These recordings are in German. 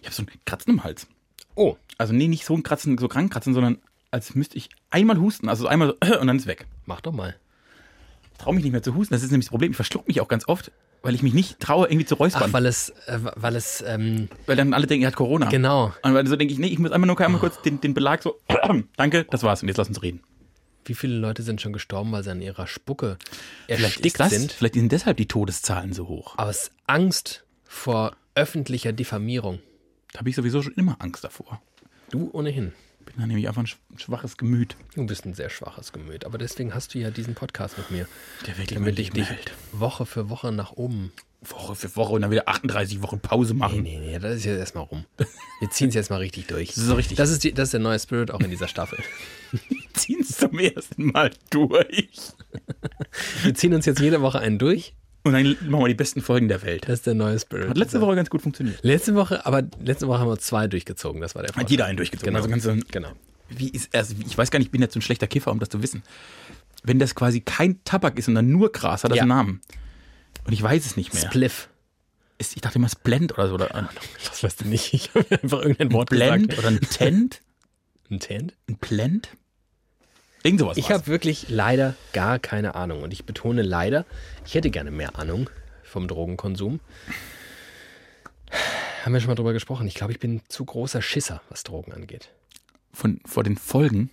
Ich habe so ein Kratzen im Hals. Oh. Also nee, nicht so ein Kratzen, so krank kratzen, sondern als müsste ich einmal husten, also einmal so, und dann ist weg. Mach doch mal. Traue mich nicht mehr zu husten, das ist nämlich das Problem. Ich verschluck mich auch ganz oft, weil ich mich nicht traue, irgendwie zu räuspern. Ach, weil es, äh, weil es, ähm, weil dann alle denken, er hat Corona. genau. Und weil so denke ich, nee, ich muss einmal nur einmal kurz den, den Belag so, danke, das war's und jetzt lass uns reden. Wie viele Leute sind schon gestorben, weil sie an ihrer Spucke Vielleicht, erstickt ist das, sind? vielleicht sind deshalb die Todeszahlen so hoch. Aus Angst vor öffentlicher Diffamierung. Da habe ich sowieso schon immer Angst davor. Du ohnehin. Bin da nämlich einfach ein sch- ein schwaches Gemüt. Du bist ein sehr schwaches Gemüt, aber deswegen hast du ja diesen Podcast mit mir, Der wird damit ich dich Woche für Woche nach oben. Woche für Woche und dann wieder 38 Wochen Pause machen. Nee, nee, das ist jetzt erstmal rum. Wir ziehen es jetzt mal richtig durch. Das ist so richtig. Das ist, die, das ist der neue Spirit auch in dieser Staffel. ziehen es zum ersten Mal durch. Wir ziehen uns jetzt jede Woche einen durch. Und dann machen wir die besten Folgen der Welt. Das ist der neue Spirit. Hat letzte Woche ganz gut funktioniert. Letzte Woche, aber letzte Woche haben wir zwei durchgezogen. Das war der Hat jeder einen durchgezogen. Genau. Also ganz, ähm, genau. wie ist, also ich weiß gar nicht, ich bin jetzt so ein schlechter Kiffer, um das zu wissen. Wenn das quasi kein Tabak ist, sondern nur Gras, hat das Ja. einen Namen. Und ich weiß es nicht mehr. Spliff. Ist- ich dachte immer Splend oder so. Oder Das weißt du nicht. Ich habe einfach irgendein Wort Blend gesagt. oder ein Tent? Ein Tent? Ein Blend? Irgend sowas. Ich war's. habe wirklich leider gar keine Ahnung. Und ich betone leider, ich hätte gerne mehr Ahnung vom Drogenkonsum. Haben wir schon mal drüber gesprochen. Ich glaube, ich bin ein zu großer Schisser, was Drogen angeht. Von, vor den Folgen.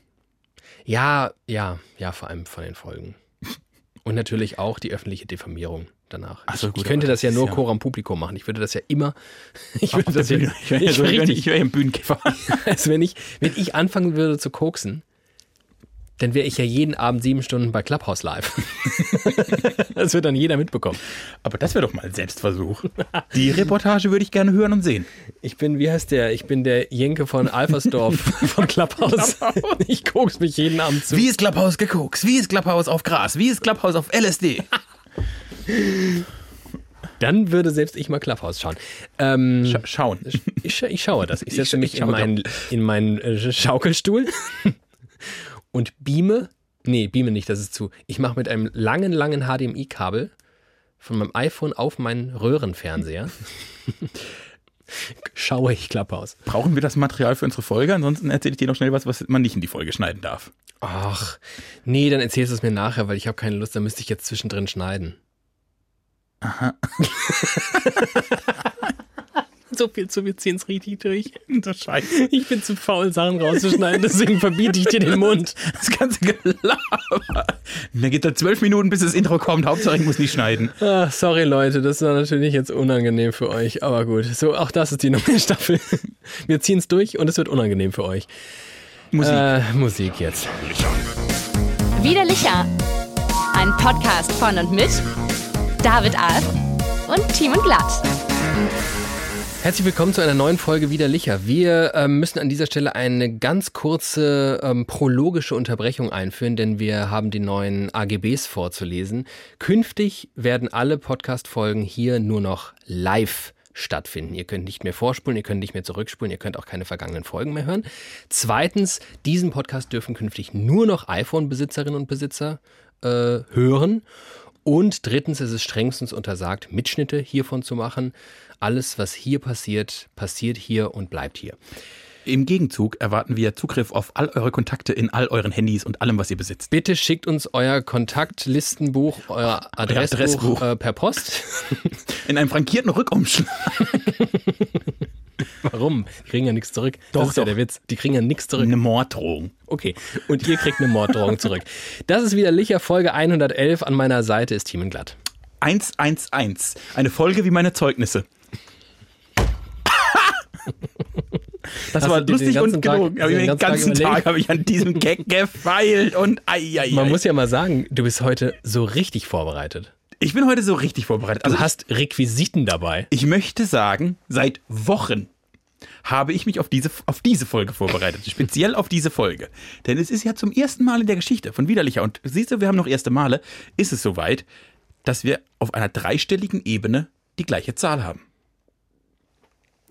Ja, ja, ja, vor allem von den Folgen. Und natürlich auch die öffentliche Diffamierung danach. Ach so, gut, ich könnte aber das ja das nur ist ja- coram publico machen. Ich würde das ja immer. Ich würde das ja, ich wäre ja, ich also so, wäre ich wär- richtig, ich wär ja ein Bühnenkiffer. Also wenn ich, wenn ich anfangen würde zu koksen, dann wäre ich ja jeden Abend sieben Stunden bei Clubhouse live. das wird dann jeder mitbekommen. Aber das wäre doch mal ein Selbstversuch. Die Reportage würde ich gerne hören und sehen. Ich bin, wie heißt der? Ich bin der Jenke von Alversdorf von Clubhouse. Ich kokse mich jeden Abend zu. Wie ist Clubhouse gekokst? Wie ist Clubhouse auf Gras? Wie ist Clubhouse auf LSD? Dann würde selbst ich mal Clubhouse schauen. Ähm, Sch schauen. ich, scha- ich schaue das. Ich Ich setze scha- mich ich in schaue meinen, in meinen äh, Schaukelstuhl und beame. Nee, beame nicht, das ist zu. Ich mache mit einem langen, langen HDMI-Kabel von meinem iPhone auf meinen Röhrenfernseher. Schaue ich Clubhouse. Brauchen wir das Material für unsere Folge? Ansonsten erzähle ich dir noch schnell was, was man nicht in die Folge schneiden darf. Ach, nee, dann erzählst du es mir nachher, weil ich habe keine Lust, da müsste ich jetzt zwischendrin schneiden. Aha. so viel zu, wir ziehen es richtig durch. Das Scheiße. Ich bin zu faul, Sachen rauszuschneiden, deswegen verbiete ich dir den Mund. Das ganze Gelaber. Da geht da zwölf Minuten, bis das Intro kommt. Hauptsache, ich muss nicht schneiden. Ah, sorry Leute, das war natürlich jetzt unangenehm für euch, aber gut. So, auch das ist die neue Staffel. Wir ziehen es durch und es wird unangenehm für euch. Musik. Äh, Musik jetzt. Widerlicher. Ein Podcast von und mit David Alf und Team und Glatt. Herzlich willkommen zu einer neuen Folge Widerlicher. Wir ähm, müssen an dieser Stelle eine ganz kurze ähm, prologische Unterbrechung einführen, denn wir haben die neuen AGBs vorzulesen. Künftig werden alle Podcast-Folgen hier nur noch live stattfinden. Ihr könnt nicht mehr vorspulen, ihr könnt nicht mehr zurückspulen, ihr könnt auch keine vergangenen Folgen mehr hören. Zweitens, diesen Podcast dürfen künftig nur noch iPhone-Besitzerinnen und Besitzer äh, hören. Und drittens ist es strengstens untersagt, Mitschnitte hiervon zu machen. Alles, was hier passiert, passiert hier und bleibt hier. Im Gegenzug erwarten wir Zugriff auf all eure Kontakte in all euren Handys und allem, was ihr besitzt. Bitte schickt uns euer Kontaktlistenbuch, euer Adressbuch, Adressbuch. Äh, per Post. In einem frankierten Rückumschlag. Warum? Die kriegen ja nichts zurück. Doch, das ist ja doch. der Witz. Die kriegen ja nichts zurück. Eine Morddrohung. Okay. Und ihr kriegt eine Morddrohung zurück. Das ist wieder Licher Folge 111. An meiner Seite ist Thiemen Glatt. 111. Eine Folge wie meine Zeugnisse. Das Hast war du dir den lustig ganzen und Tag- gelogen. Aber den den ganzen ganzen Tag überlegt? Tag habe ich an diesem Gag gefeilt und ei, ei, Man ei. muss ja mal sagen, du bist heute so richtig vorbereitet. Ich bin heute so richtig vorbereitet. Du Also hast Requisiten dabei. ich möchte sagen, seit Wochen habe ich mich auf diese, auf diese Folge vorbereitet. Speziell auf diese Folge. Denn es ist ja zum ersten Mal in der Geschichte von Widerlicher. Und siehst du, wir haben noch erste Male. Ist es soweit, dass wir auf einer dreistelligen Ebene die gleiche Zahl haben.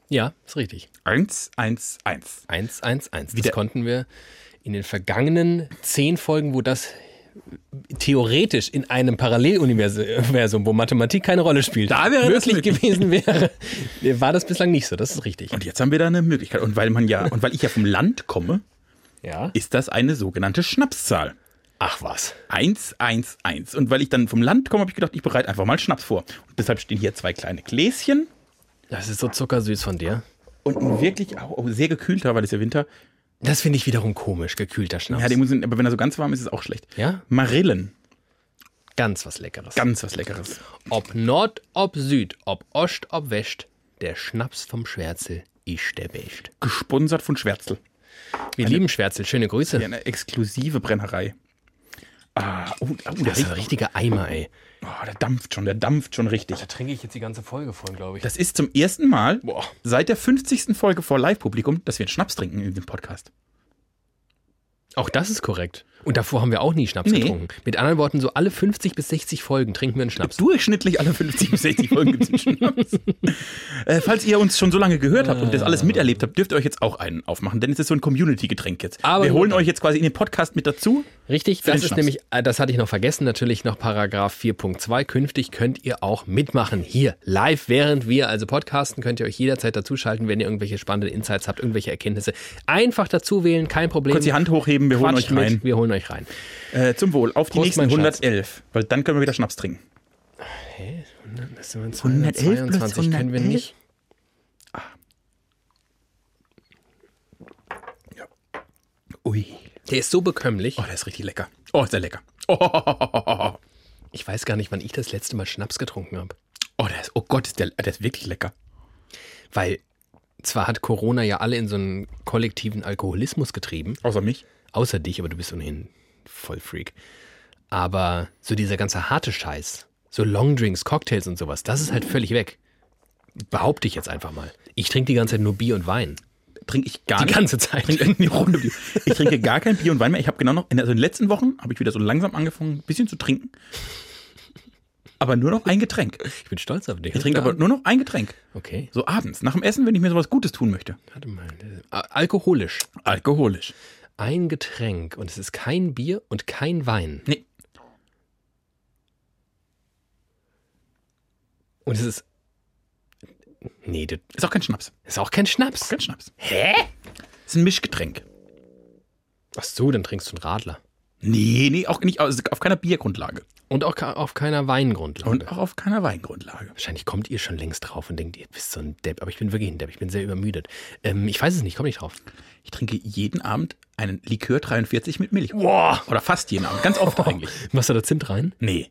Ja, ist richtig. 111. 111. Das Wieder- konnten wir in den vergangenen zehn Folgen, wo das theoretisch in einem Paralleluniversum, wo Mathematik keine Rolle spielt, Da wäre das möglich möglich. gewesen wäre, war das bislang nicht so. Das ist richtig. Und jetzt haben wir da eine Möglichkeit. Und weil man ja, und weil ich ja vom Land komme, Ja. ist das eine sogenannte Schnapszahl. Ach was. 111. Und weil ich dann vom Land komme, habe ich gedacht, ich bereite einfach mal Schnaps vor. Und deshalb stehen hier zwei kleine Gläschen Das ist so zuckersüß von dir. und ein wirklich auch auch sehr gekühlter, weil es ja Winter. Das finde ich wiederum komisch, gekühlter Schnaps. Ja, den muss ich, aber wenn er so ganz warm ist, ist es auch schlecht. Ja? Marillen, Ganz was Leckeres. ganz was Leckeres. Ob Nord, ob Süd, ob Ost, ob West, der Schnaps vom Schwärzel ist der Best. Gesponsert von Schwärzel. Wir lieben Schwärzel, schöne Grüße. Ja, eine exklusive Brennerei. Ah, oh, oh, der, Das ist ein riecht, richtiger Eimer, ey. oh, der dampft schon, der dampft schon richtig. trinke ich jetzt die ganze Folge von, glaube ich. Das ist zum ersten Mal Boah. seit der 50. Folge vor Live-Publikum, dass wir einen Schnaps trinken in dem Podcast. Auch das ist korrekt. Und davor haben wir auch nie Schnaps Nee. getrunken. Mit anderen Worten, so alle 50 bis 60 Folgen trinken wir einen Schnaps. Durchschnittlich alle 50 bis 60 Folgen gibt's einen Schnaps. äh, falls ihr uns schon so lange gehört habt und das Ah. alles miterlebt habt, dürft ihr euch jetzt auch einen aufmachen, denn es ist so ein Community-Getränk jetzt. Aber wir gut. holen euch jetzt quasi in den Podcast mit dazu. Richtig, Für das den ist Schnaps. nämlich, äh, das hatte ich noch vergessen, natürlich noch Paragraph 4.2. Künftig könnt ihr auch mitmachen. Hier, live, während wir also podcasten, könnt ihr euch jederzeit dazuschalten, wenn ihr irgendwelche spannenden Insights habt, irgendwelche Erkenntnisse. Einfach dazu wählen, kein Problem. Kurz die Hand hochheben, wir holen Quatscht euch mit, rein. Wir holen euch rein. Äh, zum Wohl, auf die Prost, nächsten mein Schatz. 111, weil dann können wir wieder Schnaps trinken. Das sind 111 plus 222, können wir 111? nicht. Ui. Der ist so bekömmlich. Oh, der ist richtig lecker. Oh, ist der lecker. Oh, oh, oh, oh, oh, oh. Ich weiß gar nicht, wann ich das letzte Mal Schnaps getrunken habe. oh, der ist, oh Gott, ist der, der ist wirklich lecker. Weil zwar hat Corona ja alle in so einen kollektiven Alkoholismus getrieben, Außer mich. außer dich, aber du bist ohnehin voll Freak. Aber so dieser ganze harte Scheiß, so Longdrinks, Cocktails und sowas, das ist halt völlig weg. Behaupte ich jetzt einfach mal. Ich trinke die ganze Zeit nur Bier und Wein. Trinke ich gar Die nicht. ganze Zeit. trinke eine Runde Bier. Ich trinke gar kein Bier und Wein mehr. Ich habe genau noch, in- also in den letzten Wochen habe ich wieder so langsam angefangen, ein bisschen zu trinken. Aber nur noch ein Getränk. Ich bin stolz auf dich. Ich trinke aber nur noch ein Getränk. Okay, So abends, nach dem Essen, wenn ich mir sowas Gutes tun möchte. warte mal. Äh, Alkoholisch. Alkoholisch. Ein Getränk und es ist kein Bier und kein Wein. Nee. Und es ist. Nee, das Ist auch kein Schnaps. ist auch kein Schnaps. Kein Schnaps. Hä? Ist ein Mischgetränk. Ach so, dann trinkst du einen Radler. Nee, nee, auch nicht also auf keiner Biergrundlage. Und auch ka- auf keiner Weingrundlage. Und auch auf keiner Weingrundlage. Wahrscheinlich kommt ihr schon längst drauf und denkt, ihr bist so ein Depp. Aber ich bin wirklich ein Depp. Ich bin sehr übermüdet. Ähm, ich weiß es nicht, komm nicht drauf. Ich trinke jeden Abend einen Likör 43 mit Milch. Boah! Oder fast jeden Abend. Ganz oft eigentlich. Machst du da Zimt rein? Nee.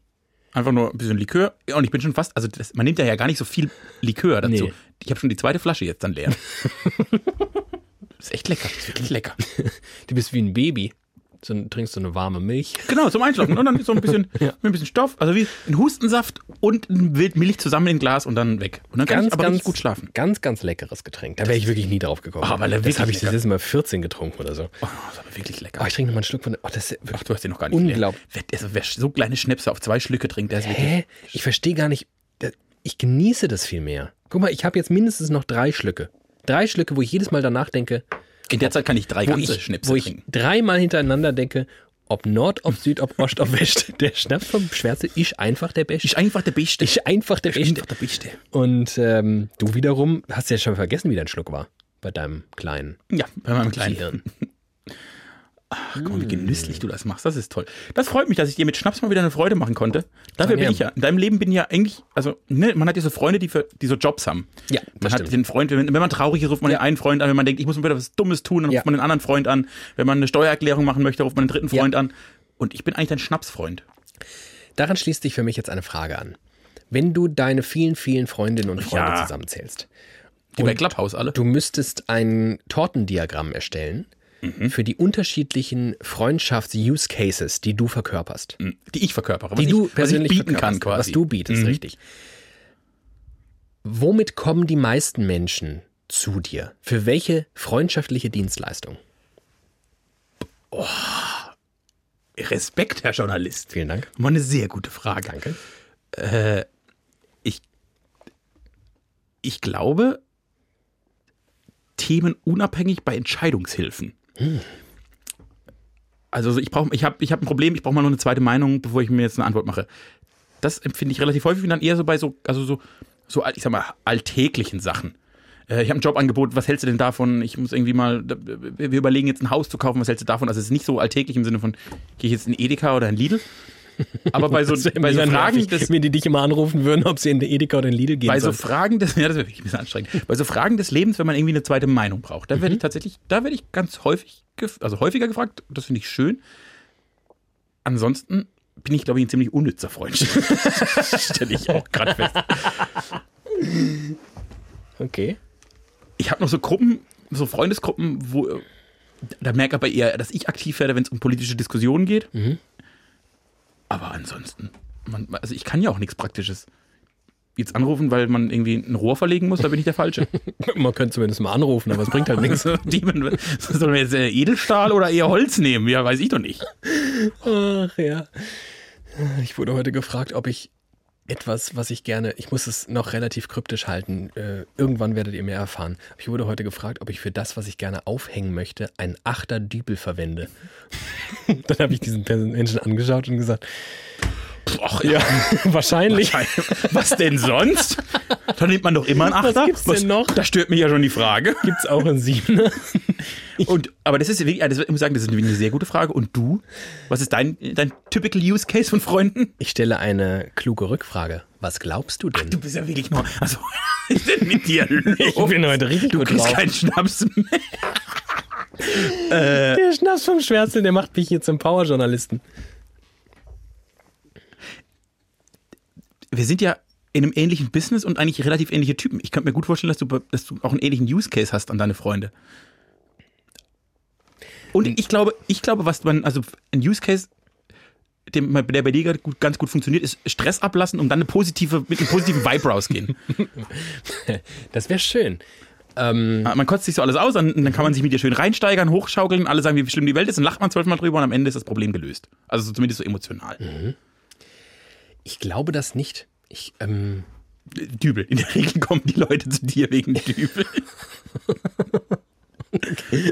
Einfach nur ein bisschen Likör. Ja, Und ich bin schon fast, also das, man nimmt ja ja gar nicht so viel Likör dazu. Nee. Ich habe schon die zweite Flasche jetzt dann leer. ist echt lecker. Ist wirklich lecker. Du bist wie ein Baby. So, ein- trinkst du eine warme Milch. Genau, zum Einschlafen. Und dann so ein bisschen, mit ein bisschen Stoff. Also wie ein Hustensaft und ein Wildmilch zusammen in ein Glas und dann weg. Und dann kann ich aber ganz, richtig gut schlafen. Ganz, ganz leckeres Getränk. Da wäre ich wirklich nie drauf gekommen. Oh, aber da das wirklich habe ich das lecker. letzte Mal 14 getrunken oder so. Oh, das ist aber wirklich lecker. Oh, ich trinke noch mal ein Stück von. Oh, das ist wirklich- Ach, du hast den noch gar nicht Unglaublich. leer. Wer, also, wer so kleine Schnäpse auf zwei Schlücke trinkt, der ist wirklich... Hä? Ich verstehe gar nicht. Da- Ich genieße das viel mehr. Guck mal, ich habe jetzt mindestens noch drei Schlücke. Drei Schlücke, wo ich jedes Mal danach denke, In der Zeit kann ich drei wo ganze ich, Schnäpse wo ich trinken. dreimal hintereinander denke, ob Nord, ob Süd, ob Ost, ob West. Der Schnaps vom Schwärze ist einfach der Beste. Ist einfach der Beste. Ist einfach der Ist Beste. einfach der Beste. Und ähm, du wiederum hast ja schon vergessen, wie dein Schluck war. Bei deinem kleinen Ja, bei meinem kleinen Gehirn. Guck Hm. mal, wie genüsslich du das machst. Das ist toll. Das freut mich, dass ich dir mit Schnaps mal wieder eine Freude machen konnte. Dafür Ja. bin ich ja. In deinem Leben bin ich ja eigentlich, also, ne, man hat ja so Freunde, die, für, die so Jobs haben. Ja, Man das hat stimmt. den Freund, wenn, wenn man traurig ist, ruft man den einen Freund an. Wenn man denkt, ich muss mal wieder was Dummes tun, dann Ja. ruft man den anderen Freund an. Wenn man eine Steuererklärung machen möchte, ruft man den dritten Ja. Freund an. Und ich bin eigentlich dein Schnapsfreund. Daran schließt sich für mich jetzt eine Frage an. Wenn du deine vielen, vielen Freundinnen und Freunde Ja. zusammenzählst, Die bei Clubhouse alle. Du müsstest ein Tortendiagramm erstellen Mhm. für die unterschiedlichen Freundschafts-Use-Cases, die du verkörperst. hm, die ich verkörpere. Die Mhm. was du ich, persönlich was ich bieten kann verkörperst, quasi. Was du bietest, Mhm. richtig. Womit kommen die meisten Menschen zu dir? Für welche freundschaftliche Dienstleistung? Respekt, Herr Journalist. Vielen Dank. War eine sehr gute Frage. Danke. ich glaube, themenunabhängig bei Entscheidungshilfen. also so, ich brauche, ich habe, ich habe ein Problem, ich brauche mal noch eine zweite Meinung, bevor ich mir jetzt eine Antwort mache. Das empfinde ich relativ häufig und dann eher so bei so, also so, so all- ich sag mal alltäglichen Sachen. Äh, Ich habe ein Jobangebot, was hältst du denn davon? Ich muss irgendwie mal, da- wir wir überlegen jetzt ein Haus zu kaufen, was hältst du davon? Also es ist nicht so alltäglich im Sinne von, gehe ich jetzt in Edeka oder in Lidl? Aber bei so, bei so Fragen des, wenn die dich immer anrufen würden, ob sie in den Edeka oder in Lidl gehen bei so sollen. Fragen des, ja, das wäre wirklich ein bisschen anstrengend. Bei so Fragen des Lebens, wenn man irgendwie eine zweite Meinung braucht, da werde ich tatsächlich, da werde ich ganz häufig, gef- also häufiger gefragt. Das finde ich schön. Ansonsten bin ich, glaube ich, ein ziemlich unnützer Freund. Stelle ich auch gerade fest. Okay. Ich habe noch so Gruppen, so Freundesgruppen, wo äh, da merke ich aber eher, dass ich aktiv werde, wenn es um politische Diskussionen geht. Aber ansonsten, man, also ich kann ja auch nichts Praktisches. Jetzt anrufen, weil man irgendwie ein Rohr verlegen muss, da bin ich der Falsche. Man könnte zumindest mal anrufen, aber es bringt halt nichts. So, Demon, sollen Also, wir jetzt äh, Edelstahl oder eher Holz nehmen? Ja, weiß ich doch nicht. Ach ja. Ich wurde heute gefragt, ob ich etwas, was ich gerne, ich muss es noch relativ kryptisch halten, äh, irgendwann werdet ihr mehr erfahren. Ich wurde heute gefragt, ob ich für das, was ich gerne aufhängen möchte, einen Achter Dübel verwende. Dann habe ich diesen Person- Menschen angeschaut und gesagt, Ach ja. wahrscheinlich. Was denn sonst? Da nimmt man doch immer einen Achter. Was gibt's denn noch? Da stört mich ja schon die Frage. Gibt es auch einen Siebener? Und, aber das ist wirklich, das, ich muss sagen, das ist eine sehr gute Frage. Und du? Was ist dein, dein typical Use Case von Freunden? Ich stelle eine kluge Rückfrage. Was glaubst du denn? Du bist ja wirklich nur. Also, was ist denn mit dir? Ich bin heute richtig du gut kriegst drauf. keinen Schnaps mehr. der Schnaps vom Schwärzel, der macht mich hier zum Powerjournalisten. wir sind ja in einem ähnlichen Business und eigentlich relativ ähnliche Typen. Ich könnte mir gut vorstellen, dass du, dass du auch einen ähnlichen Use Case hast an deine Freunde. Und ich glaube, ich glaube, was man, also ein Use Case, dem, der bei dir gerade gut, ganz gut funktioniert, ist Stress ablassen, um dann eine positive, mit einem positiven Vibe rausgehen. Das wäre schön. Ähm, Ah, man kotzt sich so alles aus, dann, dann kann man sich mit dir schön reinsteigern, hochschaukeln, alle sagen, wie schlimm die Welt ist, dann lacht man zwölfmal drüber und am Ende ist das Problem gelöst. Also so zumindest so emotional. ich glaube das nicht. Ich, ähm, Äh, Dübel. In der Regel kommen die Leute zu dir wegen Dübel.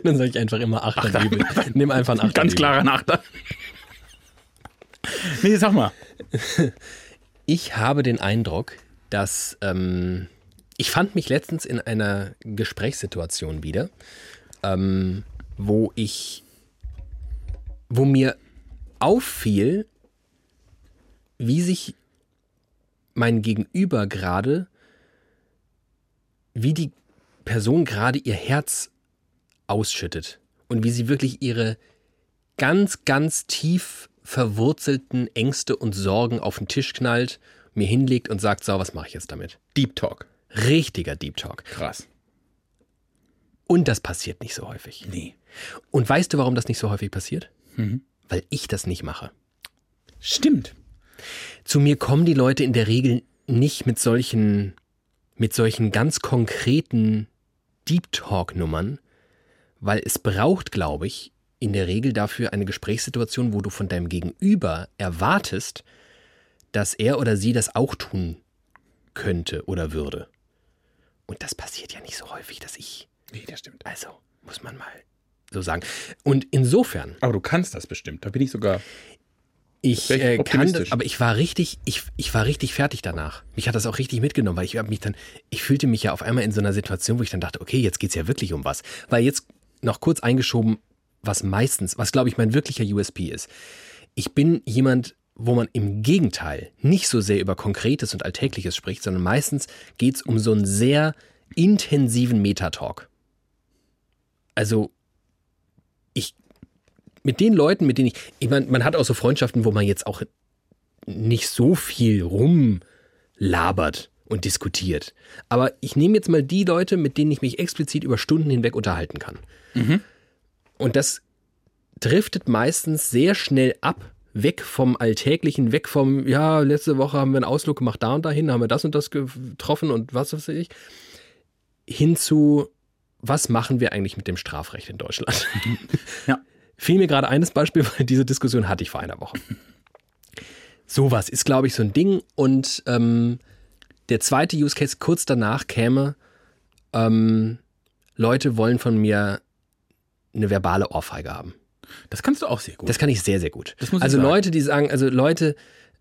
dann sage ich einfach immer Achterdübel. Nimm einfach einen Achterdübel. Ganz klarer Nachteil. Nee, sag mal. Ich habe den Eindruck, dass ähm, ich fand mich letztens in einer Gesprächssituation wieder, ähm, wo ich, wo mir auffiel, wie sich mein Gegenüber gerade, wie die Person gerade ihr Herz ausschüttet und wie sie wirklich ihre ganz, ganz tief verwurzelten Ängste und Sorgen auf den Tisch knallt, mir hinlegt und sagt, so, was mache ich jetzt damit? Deep Talk. Richtiger Deep Talk. Krass. Und das passiert nicht so häufig. Nee. Und weißt du, warum das nicht so häufig passiert? Mhm. Weil ich das nicht mache. Stimmt. Zu mir kommen die Leute in der Regel nicht mit solchen, mit solchen ganz konkreten Deep Talk-Nummern, weil es braucht, glaube ich, in der Regel dafür eine Gesprächssituation, wo du von deinem Gegenüber erwartest, dass er oder sie das auch tun könnte oder würde. Und das passiert ja nicht so häufig, dass ich. Nee, das stimmt. Also, muss man mal so sagen. Und insofern Aber du kannst das bestimmt. Da bin ich sogar. ich Recht äh, kann das, optimistisch. aber ich war richtig, ich, ich war richtig fertig danach. Mich hat das auch richtig mitgenommen, weil ich habe mich dann, ich fühlte mich ja auf einmal in so einer Situation, wo ich dann dachte, okay, jetzt geht's ja wirklich um was. Weil jetzt noch kurz eingeschoben, was meistens, was glaube ich mein wirklicher USP ist. Ich bin jemand, wo man im Gegenteil nicht so sehr über Konkretes und Alltägliches spricht, sondern meistens geht's um so einen sehr intensiven Metatalk. Also ich mit den Leuten, mit denen ich, ich meine, man hat auch so Freundschaften, wo man jetzt auch nicht so viel rumlabert und diskutiert. Aber ich nehme jetzt mal die Leute, mit denen ich mich explizit über Stunden hinweg unterhalten kann. Und das driftet meistens sehr schnell ab, weg vom Alltäglichen, weg vom, ja, letzte Woche haben wir einen Ausflug gemacht da und dahin, haben wir das und das getroffen und was weiß ich, hin zu, was machen wir eigentlich mit dem Strafrecht in Deutschland? Ja. Fiel mir gerade eines Beispiel, weil diese Diskussion hatte ich vor einer Woche. Sowas ist, glaube ich, so ein Ding. Und ähm, der zweite Use Case kurz danach käme, ähm, Leute wollen von mir eine verbale Ohrfeige haben. Das kannst du auch sehr gut. Das kann ich sehr, sehr gut. Das muss ich also sagen. Leute, die sagen, also Leute,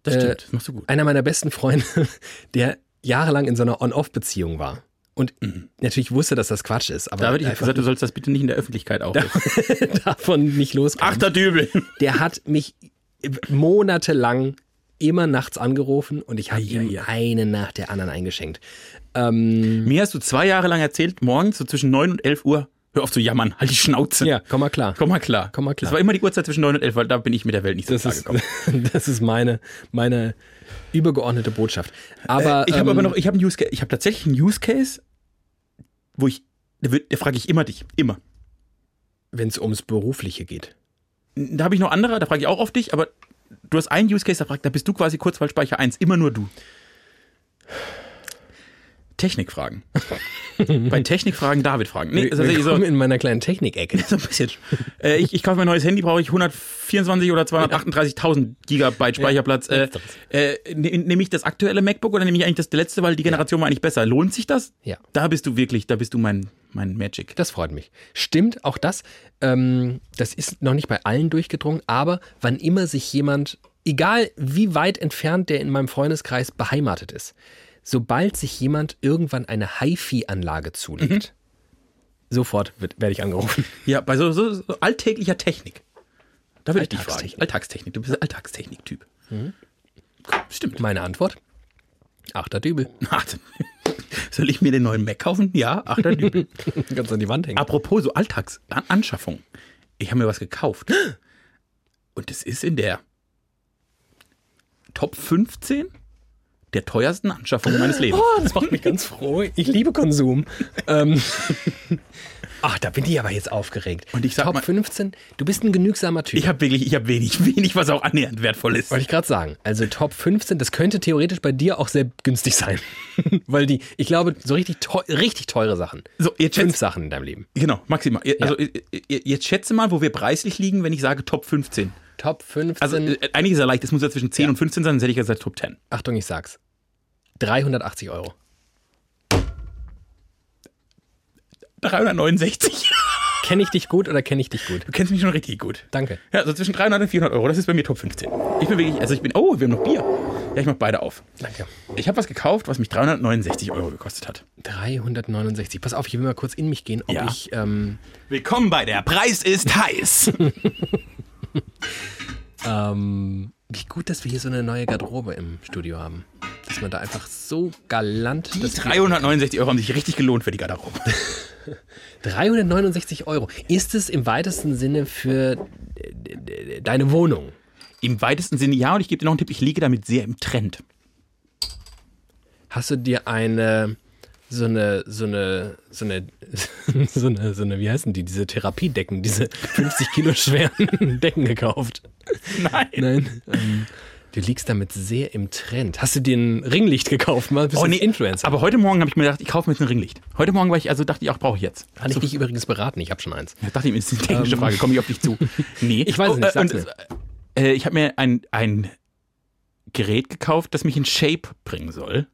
Das äh, stimmt, das machst du gut. einer meiner besten Freunde, der jahrelang in so einer On-Off-Beziehung war und natürlich wusste, dass das Quatsch ist, Mhm. aber Da würde ich einfach gesagt, du sollst das bitte nicht in der Öffentlichkeit aufrufen. davon nicht loskam. Achter Dübel! Der hat mich monatelang immer nachts angerufen und ich habe Ei, ei, ihm ei. eine nach der anderen eingeschenkt. Ähm, Mir hast du zwei Jahre lang erzählt, morgens so zwischen 9 und 11 Uhr, hör auf zu jammern, halt die Schnauze. Ja, komm mal klar. Komm mal klar. Komm mal klar. Das war immer die Uhrzeit zwischen 9 und 11, weil da bin ich mit der Welt nicht so Das klar ist, gekommen. das ist meine, meine übergeordnete Botschaft. Aber, Ich habe ähm, aber noch, ich habe einen Use Case, ich habe tatsächlich einen Use Case, wo ich, da, wür- da frage ich immer dich, immer. wenn es ums Berufliche geht. Da habe ich noch andere, da frage ich auch auf dich, aber du hast einen Use Case, da, frag, da bist du quasi Kurzwahlspeicher 1, immer nur du. Technikfragen. Bei Technikfragen David fragen. Nee, also so, Willkommen in meiner kleinen Technik-Ecke. so ein bisschen. Äh, ich, ich kaufe mein neues Handy, brauche ich 124 oder 238.000 Gigabyte Speicherplatz. Äh, äh, ne- Nehme ich das aktuelle MacBook oder nehme ich eigentlich das letzte, weil die Generation war eigentlich besser? Lohnt sich das? Ja. Da bist du wirklich, da bist du mein, mein Magic. Das freut mich. Stimmt, auch das. Ähm, das ist noch nicht bei allen durchgedrungen, aber wann immer sich jemand, egal wie weit entfernt der in meinem Freundeskreis beheimatet ist, sobald sich jemand irgendwann eine HiFi-Anlage zulegt, sofort wird, werde ich angerufen. Ja, bei so, so, so alltäglicher Technik. Da würde ich dich fragen. Alltagstechnik. Alltagstechnik. Du bist ein Alltagstechnik-Typ. Stimmt. Meine Antwort? Achter Dübel. Warte. Soll ich mir den neuen Mac kaufen? Ja, achter Dübel. Ganz an die Wand hängen. Apropos so Alltagsanschaffung. Ich habe mir was gekauft. Und es ist in der Top 15 der teuersten Anschaffungen meines Lebens. Oh, das macht mich ganz froh. Ich liebe Konsum. ähm. Ach, da bin ich aber jetzt aufgeregt. Und ich sag Top mal- 15, du bist ein genügsamer Typ. Ich habe wirklich, ich habe wenig, wenig, was auch annähernd wertvoll ist. Wollte ich gerade sagen. Also Top 15, das könnte theoretisch bei dir auch sehr günstig sein. Weil die, ich glaube, so richtig, teu richtig teure Sachen. So, jetzt Fünf schätz, Sachen in deinem Leben. genau, maximal. Also äh, äh, jetzt schätze mal, wo wir preislich liegen, wenn ich sage Top 15. Top 15, Also äh, eigentlich ist ja leicht, es muss ja zwischen 10 und 15 sein, sonst hätte ich gesagt Top 10. Achtung, ich sag's. 380 Euro. 369. Kenne ich dich gut oder kenne ich dich gut? Du kennst mich schon richtig gut. Danke. Ja, so zwischen 300 und 400 Euro, das ist bei mir Top 15. Ich bin wirklich, also ich bin, oh, wir haben noch Bier. Ja, ich mach beide auf. Danke. Ich habe was gekauft, was mich 369 Euro gekostet hat. 369. Pass auf, ich will mal kurz in mich gehen, ob Ja. ich... Ähm, Willkommen bei der Preis ist heiß. ähm, wie gut, dass wir hier so eine neue Garderobe im Studio haben. Dass man da einfach so galant... Die das- 369 Euro haben sich richtig gelohnt für die Garderobe. 369 Euro. Ist es im weitesten Sinne für äh, d- d- deine Wohnung? Im weitesten Sinne ja, und ich gebe dir noch einen Tipp, ich liege damit sehr im Trend. Hast du dir eine so eine so eine so eine so eine, so eine wie heißen die diese Therapiedecken, diese 50 Kilo schweren Decken gekauft? Nein. Nein. Ähm, du liegst damit sehr im Trend. Hast du dir ein Ringlicht gekauft? Mal bist Oh, du nee, Influencer. Aber heute Morgen habe ich mir gedacht, ich kaufe mir jetzt ein Ringlicht. Heute Morgen war ich, also dachte ich, auch brauche ich jetzt. Kann ich dich übrigens beraten? Ich habe schon eins. Ich dachte ihm, das ist eine technische Frage, komme ich auf dich zu. Nee. Ähm. Ich weiß es nicht, äh, sag's und, äh, ich habe mir ein, ein Gerät gekauft, das mich in Shape bringen soll.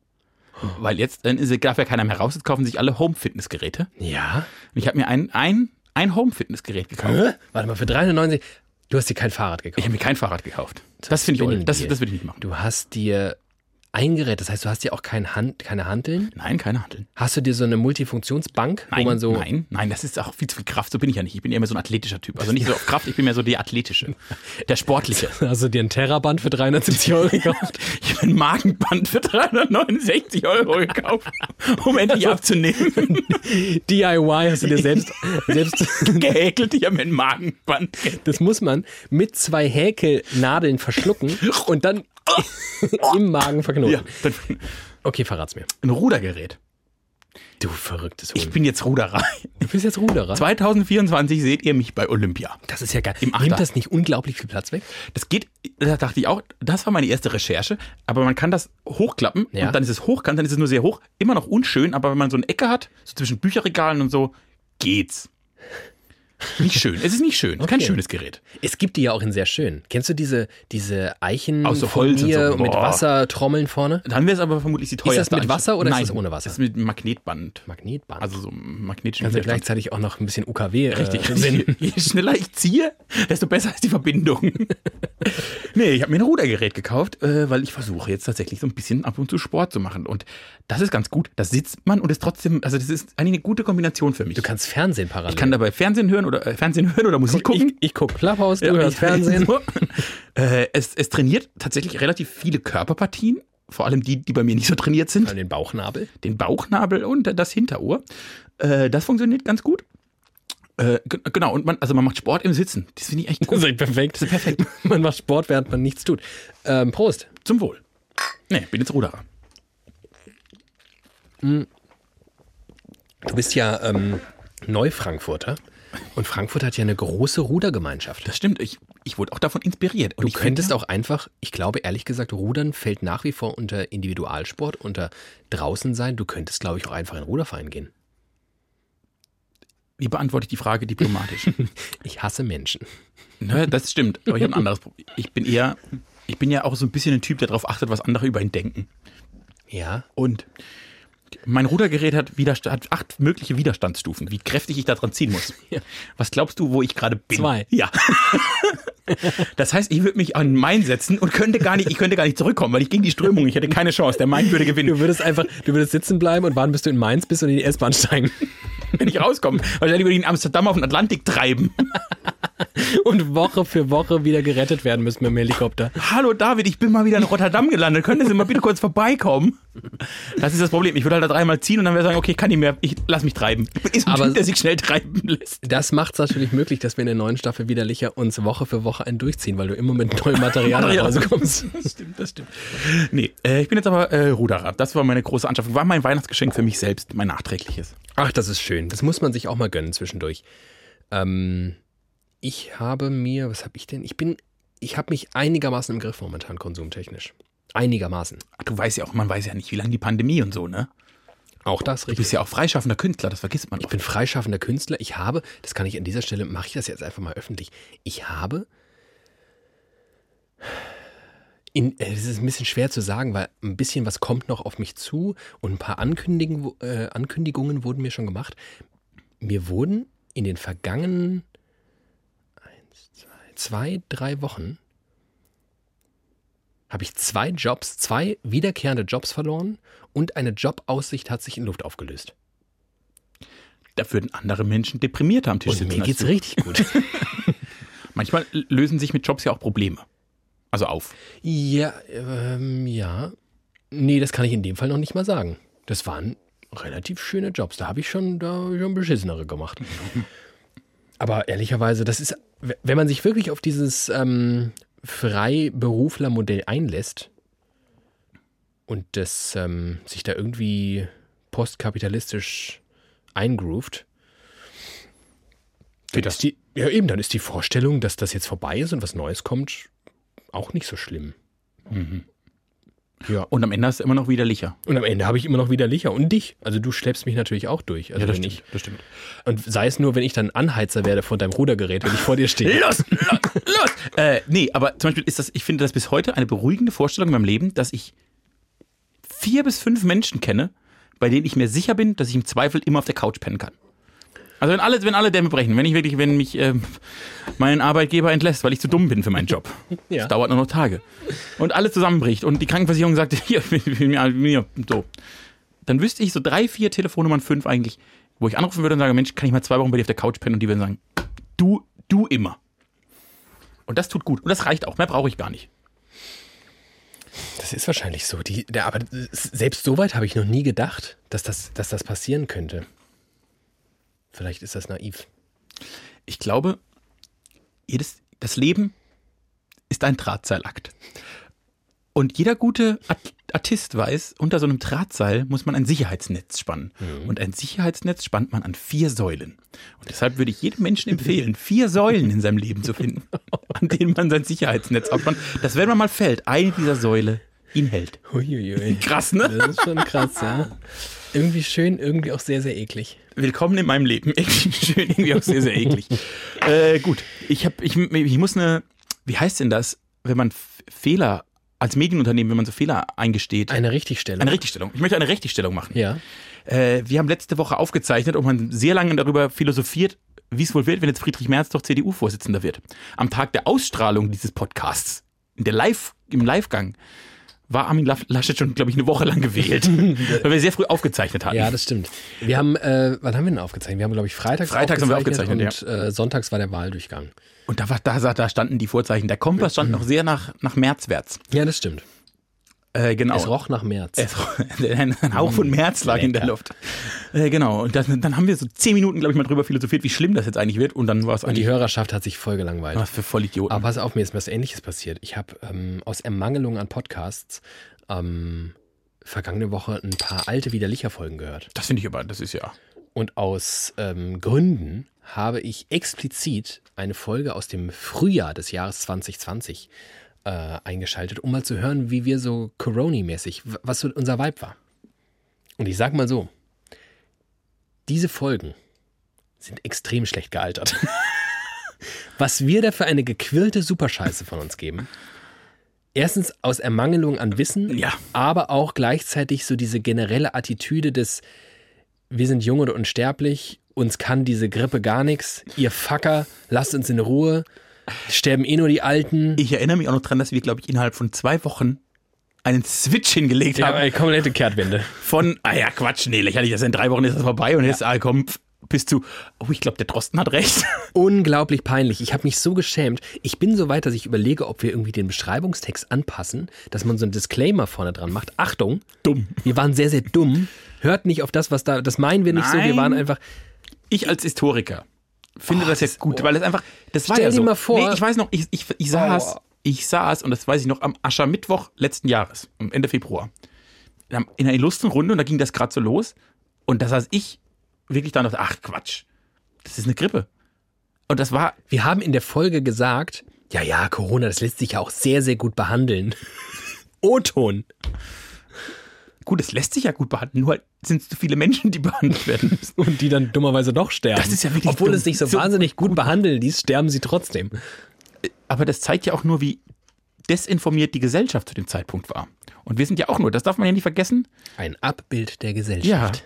Weil jetzt äh, ist- darf ja keiner mehr raus, jetzt kaufen sich alle Home-Fitness-Geräte. Und Ja. ich habe mir ein, ein, ein Home-Fitness-Gerät gekauft. Hä? Warte mal, für 390. Du hast dir kein Fahrrad Ich gekauft. habe mir kein Fahrrad gekauft. Das finde ich bin ohne. Das, dir. das würde ich nicht machen. Du hast dir ein Gerät, das heißt, du hast dir auch kein Hand, keine Hanteln. Nein, keine Handeln. Hast du dir so eine Multifunktionsbank, Nein, wo man so. nein, nein, das ist auch viel zu viel Kraft. So bin ich ja nicht. Ich bin eher mehr so ein athletischer Typ. Also nicht so auf Kraft, ich bin mehr so der athletische. Der sportliche. Hast du dir ein Terraband für 370 Euro gekauft? Ich habe ein Magenband für 369 Euro gekauft, um endlich abzunehmen. DIY hast du dir selbst. selbst Gehäkelt, ich habe mir ein Magenband. das muss man mit zwei Häkelnadeln verschlucken und dann im Magen verknoten. Ja, dann Okay, verrat's mir. ein Rudergerät. Du verrücktes Ich Huhn. bin jetzt Ruderer. Du bist jetzt Ruderer. 2024 seht ihr mich bei Olympia. Das ist ja geil. Im Achter. Nimmt das nicht unglaublich viel Platz weg? Das geht, da dachte ich auch, das war meine erste Recherche, aber man kann das hochklappen Ja. und dann ist es hochkant, dann ist es nur sehr hoch, immer noch unschön, aber wenn man so eine Ecke hat, so zwischen Bücherregalen und so, geht's. Nicht schön. Es ist nicht schön. Kein Okay. schönes Gerät. Es gibt die ja auch in sehr schön. Kennst du diese, diese Eichen Aus so Holz und so. mit Boah. Wassertrommeln vorne? Dann wäre es aber vermutlich die teuerste. das mit Eiche. Wasser oder ist Nein, das ohne Wasser? Das ist mit Magnetband. Magnetband. Also so magnetisch. Kannst du gleichzeitig auch noch ein bisschen UKW äh, Richtig. senden. Je schneller ich ziehe, desto besser ist die Verbindung. nee, ich habe mir ein Rudergerät gekauft, äh, weil ich versuche jetzt tatsächlich so ein bisschen ab und zu Sport zu machen. Und das ist ganz gut. Da sitzt man und ist trotzdem, also das ist eigentlich eine gute Kombination für mich. Du kannst Fernsehen parallel. ich kann dabei Fernsehen hören oder äh, Fernsehen hören oder Musik gucken. Ich, ich guck Clubhouse, du Ja, hörst ich- Fernsehen. So. äh, es, es trainiert tatsächlich relativ viele Körperpartien, vor allem die, die bei mir nicht so trainiert sind. An den Bauchnabel. Den Bauchnabel und das Hinterohr. Äh, das funktioniert ganz gut. Äh, ge- genau, und man, also man macht Sport im Sitzen. Das finde ich echt gut. Das ist perfekt. perfekt. Man macht Sport, während man nichts tut. Ähm, Prost. Zum Wohl. Nee, bin jetzt Ruderer. Du bist ja ähm, Neufrankfurter. Und Frankfurt hat ja eine große Rudergemeinschaft. Das stimmt, ich, ich wurde auch davon inspiriert. Und Du ich könntest finde, auch einfach, ich glaube ehrlich gesagt, Rudern fällt nach wie vor unter Individualsport, unter draußen sein. Du könntest, glaube ich, auch einfach in den Ruderverein gehen. Wie beantworte ich die Frage diplomatisch? Ich hasse Menschen. ne, das stimmt, aber ich habe ein anderes Problem. Ich bin eher, ich bin ja auch so ein bisschen ein Typ, der darauf achtet, was andere über ihn denken. Ja. Und mein Rudergerät hat, Widersta- hat acht mögliche Widerstandsstufen, wie kräftig ich da dran ziehen muss. Was glaubst du, wo ich gerade bin? Zwei. Ja. Das heißt, ich würde mich an Main setzen und könnte gar nicht, ich könnte gar nicht zurückkommen, weil ich gegen die Strömung, ich hätte keine Chance. Der Main würde Du gewinnen, würdest einfach, du würdest sitzen bleiben und warten, bis du in Mainz bist und in die S-Bahn steigen. wenn ich rauskomme. Wahrscheinlich würde ich in Amsterdam auf den Atlantik treiben. Und Woche für Woche wieder gerettet werden müssen mit dem Helikopter. Hallo David, ich bin mal wieder in Rotterdam gelandet. Können Sie mal bitte kurz vorbeikommen? Das ist das Problem. Ich würde halt da dreimal ziehen und dann wäre sagen, okay, ich kann nicht mehr, ich lass mich treiben. Ich bin eh so ein Aber- Typ, der sich schnell treiben lässt. Das macht es natürlich möglich, dass wir in der neuen Staffel Widerlicher uns Woche für Woche einen durchziehen, weil du immer mit neuem Material nach Hause kommst. Das stimmt, das stimmt. also Nee, äh, ich bin jetzt aber äh, Ruderer. Das war meine große Anschaffung. War mein Weihnachtsgeschenk für mich selbst, mein nachträgliches. Ach, das ist schön. Das muss man sich auch mal gönnen zwischendurch. Ähm, ich habe mir, was habe ich denn? Ich bin, ich habe mich einigermaßen im Griff momentan konsumtechnisch. Einigermaßen. Ach, Du weißt ja auch, man weiß ja nicht, wie lange die Pandemie und so, ne? Auch das Du bist richtig. ja auch freischaffender Künstler, das vergisst man Ich oft. bin freischaffender Künstler. Ich habe, das kann ich an dieser Stelle, mache ich das jetzt einfach mal öffentlich. Ich habe. In, äh, es ist ein bisschen schwer zu sagen, weil ein bisschen was kommt noch auf mich zu und ein paar Ankündigen, äh, Ankündigungen wurden mir schon gemacht. Mir wurden in den vergangenen eins, zwei, zwei, drei Wochen habe ich zwei Jobs, zwei wiederkehrende Jobs verloren und eine Jobaussicht hat sich in Luft aufgelöst. Da würden andere Menschen deprimiert am Tisch Und mir als geht's du. richtig gut. Manchmal lösen sich mit Jobs ja auch Probleme. Also auf. Ja, ähm, ja. Nee, das kann ich in dem Fall noch nicht mal sagen. Das waren relativ schöne Jobs. Da habe ich schon, da hab ich schon beschissenere gemacht. Aber ehrlicherweise, das ist, w- wenn man sich wirklich auf dieses ähm, Freiberufler-Modell einlässt und das ähm, sich da irgendwie postkapitalistisch eingroovt, dann Geht ist die, ja eben, dann ist die Vorstellung, dass das jetzt vorbei ist und was Neues kommt, auch nicht so schlimm. Ja. Und am Ende ist es immer noch widerlicher. Und am Ende habe ich immer noch wieder Licher und dich. Also du schleppst mich natürlich auch durch. Also wenn ich, das stimmt. und sei es nur, wenn ich dann Anheizer werde von deinem Rudergerät, wenn ich vor dir stehe. Los, los, los! Äh, nee, aber zum Beispiel ist das, ich finde das bis heute eine beruhigende Vorstellung in meinem Leben, dass ich vier bis fünf Menschen kenne, bei denen ich mir sicher bin, dass ich im Zweifel immer auf der Couch pennen kann. Also wenn alle, wenn alle Dämme brechen, wenn ich wirklich, wenn mich ähm, mein Arbeitgeber entlässt, weil ich zu dumm bin für meinen Job. Ja. Das dauert nur noch Tage. Und alles zusammenbricht und die Krankenversicherung sagt, hier, mir, mir, so. Dann wüsste ich so drei, vier Telefonnummern, fünf eigentlich, wo ich anrufen würde und sage, Mensch, kann ich mal zwei Wochen bei dir auf der Couch pennen? Und die würden sagen, du, du immer. Und das tut gut. Und das reicht auch. Mehr brauche ich gar nicht. Das ist wahrscheinlich so. Die, der, aber selbst so weit habe ich noch nie gedacht, dass das, dass das passieren könnte. Vielleicht ist das naiv. Ich glaube, jedes, das Leben ist ein Drahtseilakt. Und jeder gute At- Artist weiß, unter so einem Drahtseil muss man ein Sicherheitsnetz spannen. Und ein Sicherheitsnetz spannt man an vier Säulen. Und deshalb würde ich jedem Menschen empfehlen, vier Säulen in seinem Leben zu finden, an denen man sein Sicherheitsnetz abspannt, dass wenn man mal fällt, eine dieser Säule ihn hält. Huiuiui. Krass, ne? Das ist schon krass, ja. Irgendwie schön, irgendwie auch sehr, sehr eklig. Willkommen in meinem Leben. Irgendwie schön, irgendwie auch sehr, sehr eklig. äh, gut, ich, hab, ich, ich muss eine, wie heißt denn das, wenn man F- Fehler, als Medienunternehmen, wenn man so Fehler eingesteht? Eine Richtigstellung. Eine Richtigstellung. Ich möchte eine Richtigstellung machen. ja. Äh, wir haben letzte Woche aufgezeichnet und man sehr lange darüber philosophiert, wie es wohl wird, wenn jetzt Friedrich Merz doch CDU-Vorsitzender wird. Am Tag der Ausstrahlung dieses Podcasts, in der Live, im Livegang, war Armin Laf- Laschet schon, glaube ich, eine Woche lang gewählt, weil wir sehr früh aufgezeichnet hatten. Ja, das stimmt. Wir haben, äh, wann haben wir denn aufgezeichnet? Wir haben, glaube ich, freitags, Freitags haben wir aufgezeichnet, und äh, sonntags war der Wahldurchgang. Und da, war, da, sa- da standen die Vorzeichen. Der Kompass stand noch sehr nach, nach Märzwärts. Ja, das stimmt. Äh, genau. Es roch nach März. Es roch- ein ein Hauch von Oh, März lag in der Luft. Äh, genau. Und das, dann haben wir so zehn Minuten, glaube ich, mal drüber philosophiert, wie schlimm das jetzt eigentlich wird. Und dann war es Und die eigentlich Hörerschaft hat sich voll gelangweilt. was für Vollidioten. Aber pass auf, mir ist was Ähnliches passiert. Ich habe ähm, aus Ermangelung an Podcasts ähm, vergangene Woche ein paar alte Widerlicher-Folgen gehört. das finde ich aber, das ist ja. Und aus ähm, Gründen habe ich explizit eine Folge aus dem Frühjahr des Jahres 2020 äh, eingeschaltet, um mal zu hören, wie wir so Coroni-mäßig, w- was so unser Vibe war. Und ich sag mal so, diese Folgen sind extrem schlecht gealtert. was wir da für eine gequirlte Superscheiße von uns geben. Erstens aus Ermangelung an Wissen, Ja. aber auch gleichzeitig so diese generelle Attitüde des, wir sind jung und unsterblich, uns kann diese Grippe gar nichts, ihr Fucker, lasst uns in Ruhe, sterben eh nur die Alten. Ich erinnere mich auch noch dran, dass wir, glaube ich, innerhalb von zwei Wochen einen Switch hingelegt haben. eine komplette Kehrtwende. Von, ah ja, Quatsch, nee, lächerlich, das ist in drei Wochen ist das vorbei und jetzt, ah komm, pf, bis zu, oh, ich glaube, der Drosten hat recht. Unglaublich peinlich. Ich habe mich so geschämt. Ich bin so weit, dass ich überlege, ob wir irgendwie den Beschreibungstext anpassen, dass man so einen Disclaimer vorne dran macht. Achtung, Dumm. wir waren sehr, sehr dumm. Hört nicht auf das, was da, das meinen wir nicht so. Wir Nein. waren einfach, ich als Historiker finde Oh, das jetzt gut, weil es einfach, das war Stell ja dir so. mal vor- Oh. nee, ich weiß noch, ich, ich, ich saß, Aua. ich saß, und das weiß ich noch, am Aschermittwoch letzten Jahres, am Ende Februar, in einem- in einer illustren Runde und da ging das gerade so los und da saß ich wirklich da und dachte, ach Quatsch, das ist eine Grippe. Und das war, wir haben in der Folge gesagt, ja, ja, Corona, das lässt sich ja auch sehr, sehr gut behandeln. O-Ton. gut, das lässt sich ja gut behandeln, nur halt sind es zu viele Menschen, die behandelt werden müssen. Und die dann dummerweise doch sterben. Das ist ja wirklich Obwohl dumm. es nicht so, So wahnsinnig gut behandelt ist, sterben sie trotzdem. Aber das zeigt ja auch nur, wie desinformiert die Gesellschaft zu dem Zeitpunkt war. Und wir sind ja auch nur, das darf man ja nicht vergessen. Ein Abbild der Ja. Gesellschaft.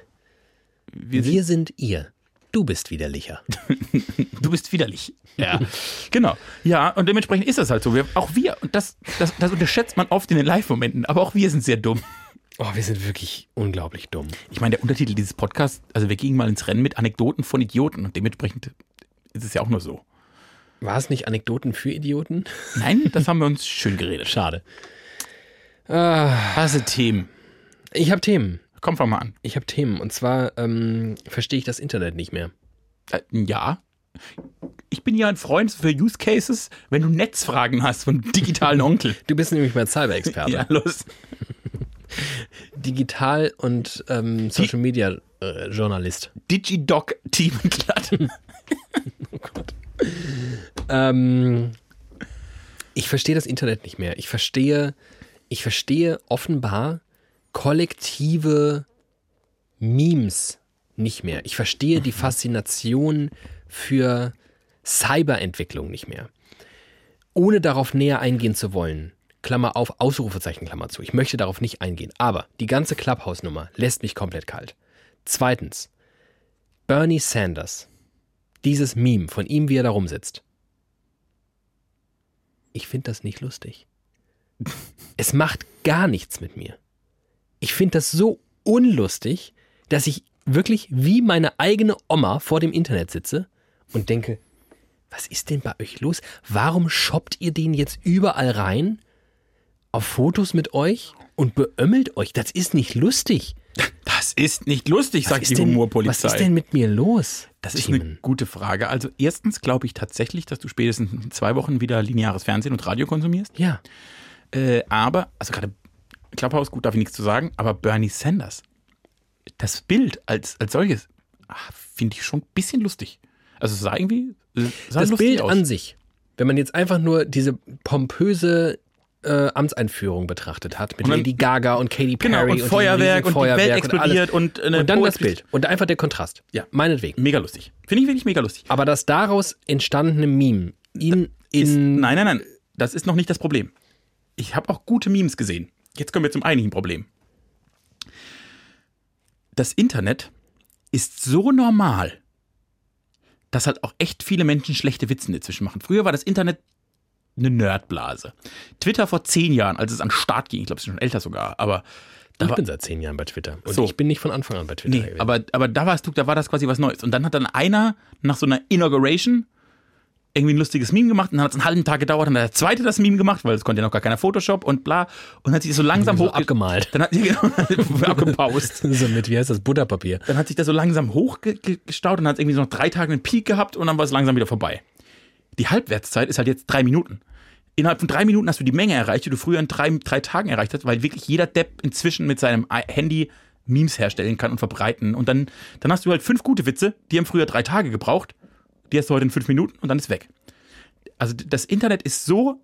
Wir Wir sind ihr. Du bist widerlicher. du bist widerlich. Ja, genau. Ja, und dementsprechend ist das halt so. Wir, auch wir, und das, das, das unterschätzt man oft in den Live-Momenten, aber auch wir sind sehr dumm. Oh, wir sind wirklich unglaublich dumm. Ich meine, der Untertitel dieses Podcasts, also wir gingen mal ins Rennen mit Anekdoten von Idioten und dementsprechend ist es ja auch nur so. War es nicht Anekdoten für Idioten? Nein, das haben wir uns schön geredet. Schade. Hasse Themen. Ich habe Themen. Komm, fang mal an. Ich habe Themen. Und zwar ähm, verstehe ich das Internet nicht mehr. Äh, ja. Ich bin ja ein Freund für Use Cases, wenn du Netzfragen hast von digitalen Onkel. Du bist nämlich mein Cyber-Experte. ja, los. Digital- und ähm, äh, Social-Media-Journalist. Digidoc-Team glatt. Ähm, ich verstehe das Internet nicht mehr. Ich verstehe, ich verstehe offenbar kollektive Memes nicht mehr. Ich verstehe die Faszination für Cyberentwicklung nicht mehr. Ohne darauf näher eingehen zu wollen. Klammer auf, Ausrufezeichen, Klammer zu. Ich möchte darauf nicht eingehen. Aber die ganze Clubhouse-Nummer lässt mich komplett kalt. Zweitens, Bernie Sanders. Dieses Meme von ihm, wie er da rumsitzt ich finde das nicht lustig. es macht gar nichts mit mir. Ich finde das so unlustig, dass ich wirklich wie meine eigene Oma vor dem Internet sitze und denke, was ist denn bei euch los? Warum shoppt ihr den jetzt überall rein auf Fotos mit euch und beömmelt euch? Das ist nicht lustig. Das ist nicht lustig, Was sagt ist die denn, Humorpolizei. Was ist denn mit mir los? Das ist Timon? eine gute Frage. Also erstens glaube ich tatsächlich, dass du spätestens in zwei Wochen wieder lineares Fernsehen und Radio konsumierst. ja. Äh, aber, also gerade Clubhouse, gut, darf ich nichts zu sagen, aber Bernie Sanders, das Bild als, als solches, ah, finde ich schon ein bisschen lustig. Also es sah irgendwie, es sah das lustig Bild aus. an sich, wenn man jetzt einfach nur diese pompöse äh, Amtseinführung betrachtet hat, mit Und dann- Lady Gaga und Katy Perry Genau, und diesem Feuerwerk riesigen und die Welt alles. explodiert und eine und dann das Poetry- Bild und einfach der Kontrast. Ja. meinetwegen. Mega lustig. Finde ich wirklich mega lustig. Aber das daraus entstandene Meme ihn Ist, in nein, nein, nein. Das ist noch nicht das Problem. Ich habe auch gute Memes gesehen. Jetzt kommen wir zum eigentlichen Problem. Das Internet ist so normal, dass halt auch echt viele Menschen schlechte Witze dazwischen machen. Früher war das Internet eine Nerdblase. Twitter vor zehn Jahren, als es an den Start ging, ich glaube, es ist schon älter sogar, aber da ich war, bin seit zehn Jahren bei Twitter und So. ich bin nicht von Anfang an bei Twitter. Nee, gewesen. aber, aber da, warst du, da war das quasi was Neues. Und dann hat dann einer nach so einer Inauguration irgendwie ein lustiges Meme gemacht und dann hat es einen halben Tag gedauert und dann hat der zweite das Meme gemacht, weil es konnte ja noch gar keiner Photoshop und bla. Und hat sich das so langsam so hoch abgemalt. Dann hat, genau, abgepaust. so mit wie heißt das Butterpapier? Dann hat sich das so langsam hochgestaut und hat irgendwie so nach drei Tagen einen Peak gehabt und dann war es langsam wieder vorbei. Die Halbwertszeit ist halt jetzt drei Minuten. Innerhalb von drei Minuten hast du die Menge erreicht, die du früher in drei, drei Tagen erreicht hast, weil wirklich jeder Depp inzwischen mit seinem Handy Memes herstellen kann und verbreiten. Und dann, dann hast du halt fünf gute Witze, die haben früher drei Tage gebraucht, die hast du heute in fünf Minuten und dann ist weg. Also d- das Internet ist so,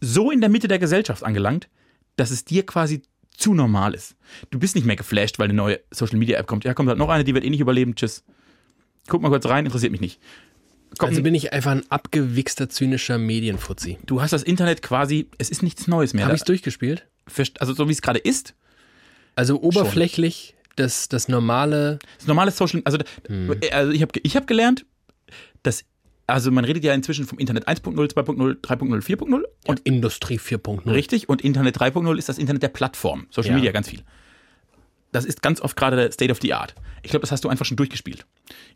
so in der Mitte der Gesellschaft angelangt, dass es dir quasi zu normal ist. Du bist nicht mehr geflasht, weil eine neue Social Media App kommt. Ja, kommt halt noch eine, die wird eh nicht überleben. Tschüss. Guck mal kurz rein, interessiert mich nicht. Kommt Also bin ich einfach ein abgewichster zynischer Medienfuzzi. du hast das Internet quasi, es ist nichts Neues mehr. Hab Habe Da- ich's durchgespielt? verst- also so wie es gerade ist, Also oberflächlich das das normale das normale Social, also, Hm. also ich habe ich hab gelernt, dass, also man redet ja inzwischen vom Internet 1.0, 2.0, 3.0, 4.0 und Industrie 4.0. richtig und Internet 3.0 ist das Internet der Plattform, Social Mhm. Ja. Media ganz viel. Das ist ganz oft gerade der State of the Art. Ich glaube, das hast du einfach schon durchgespielt.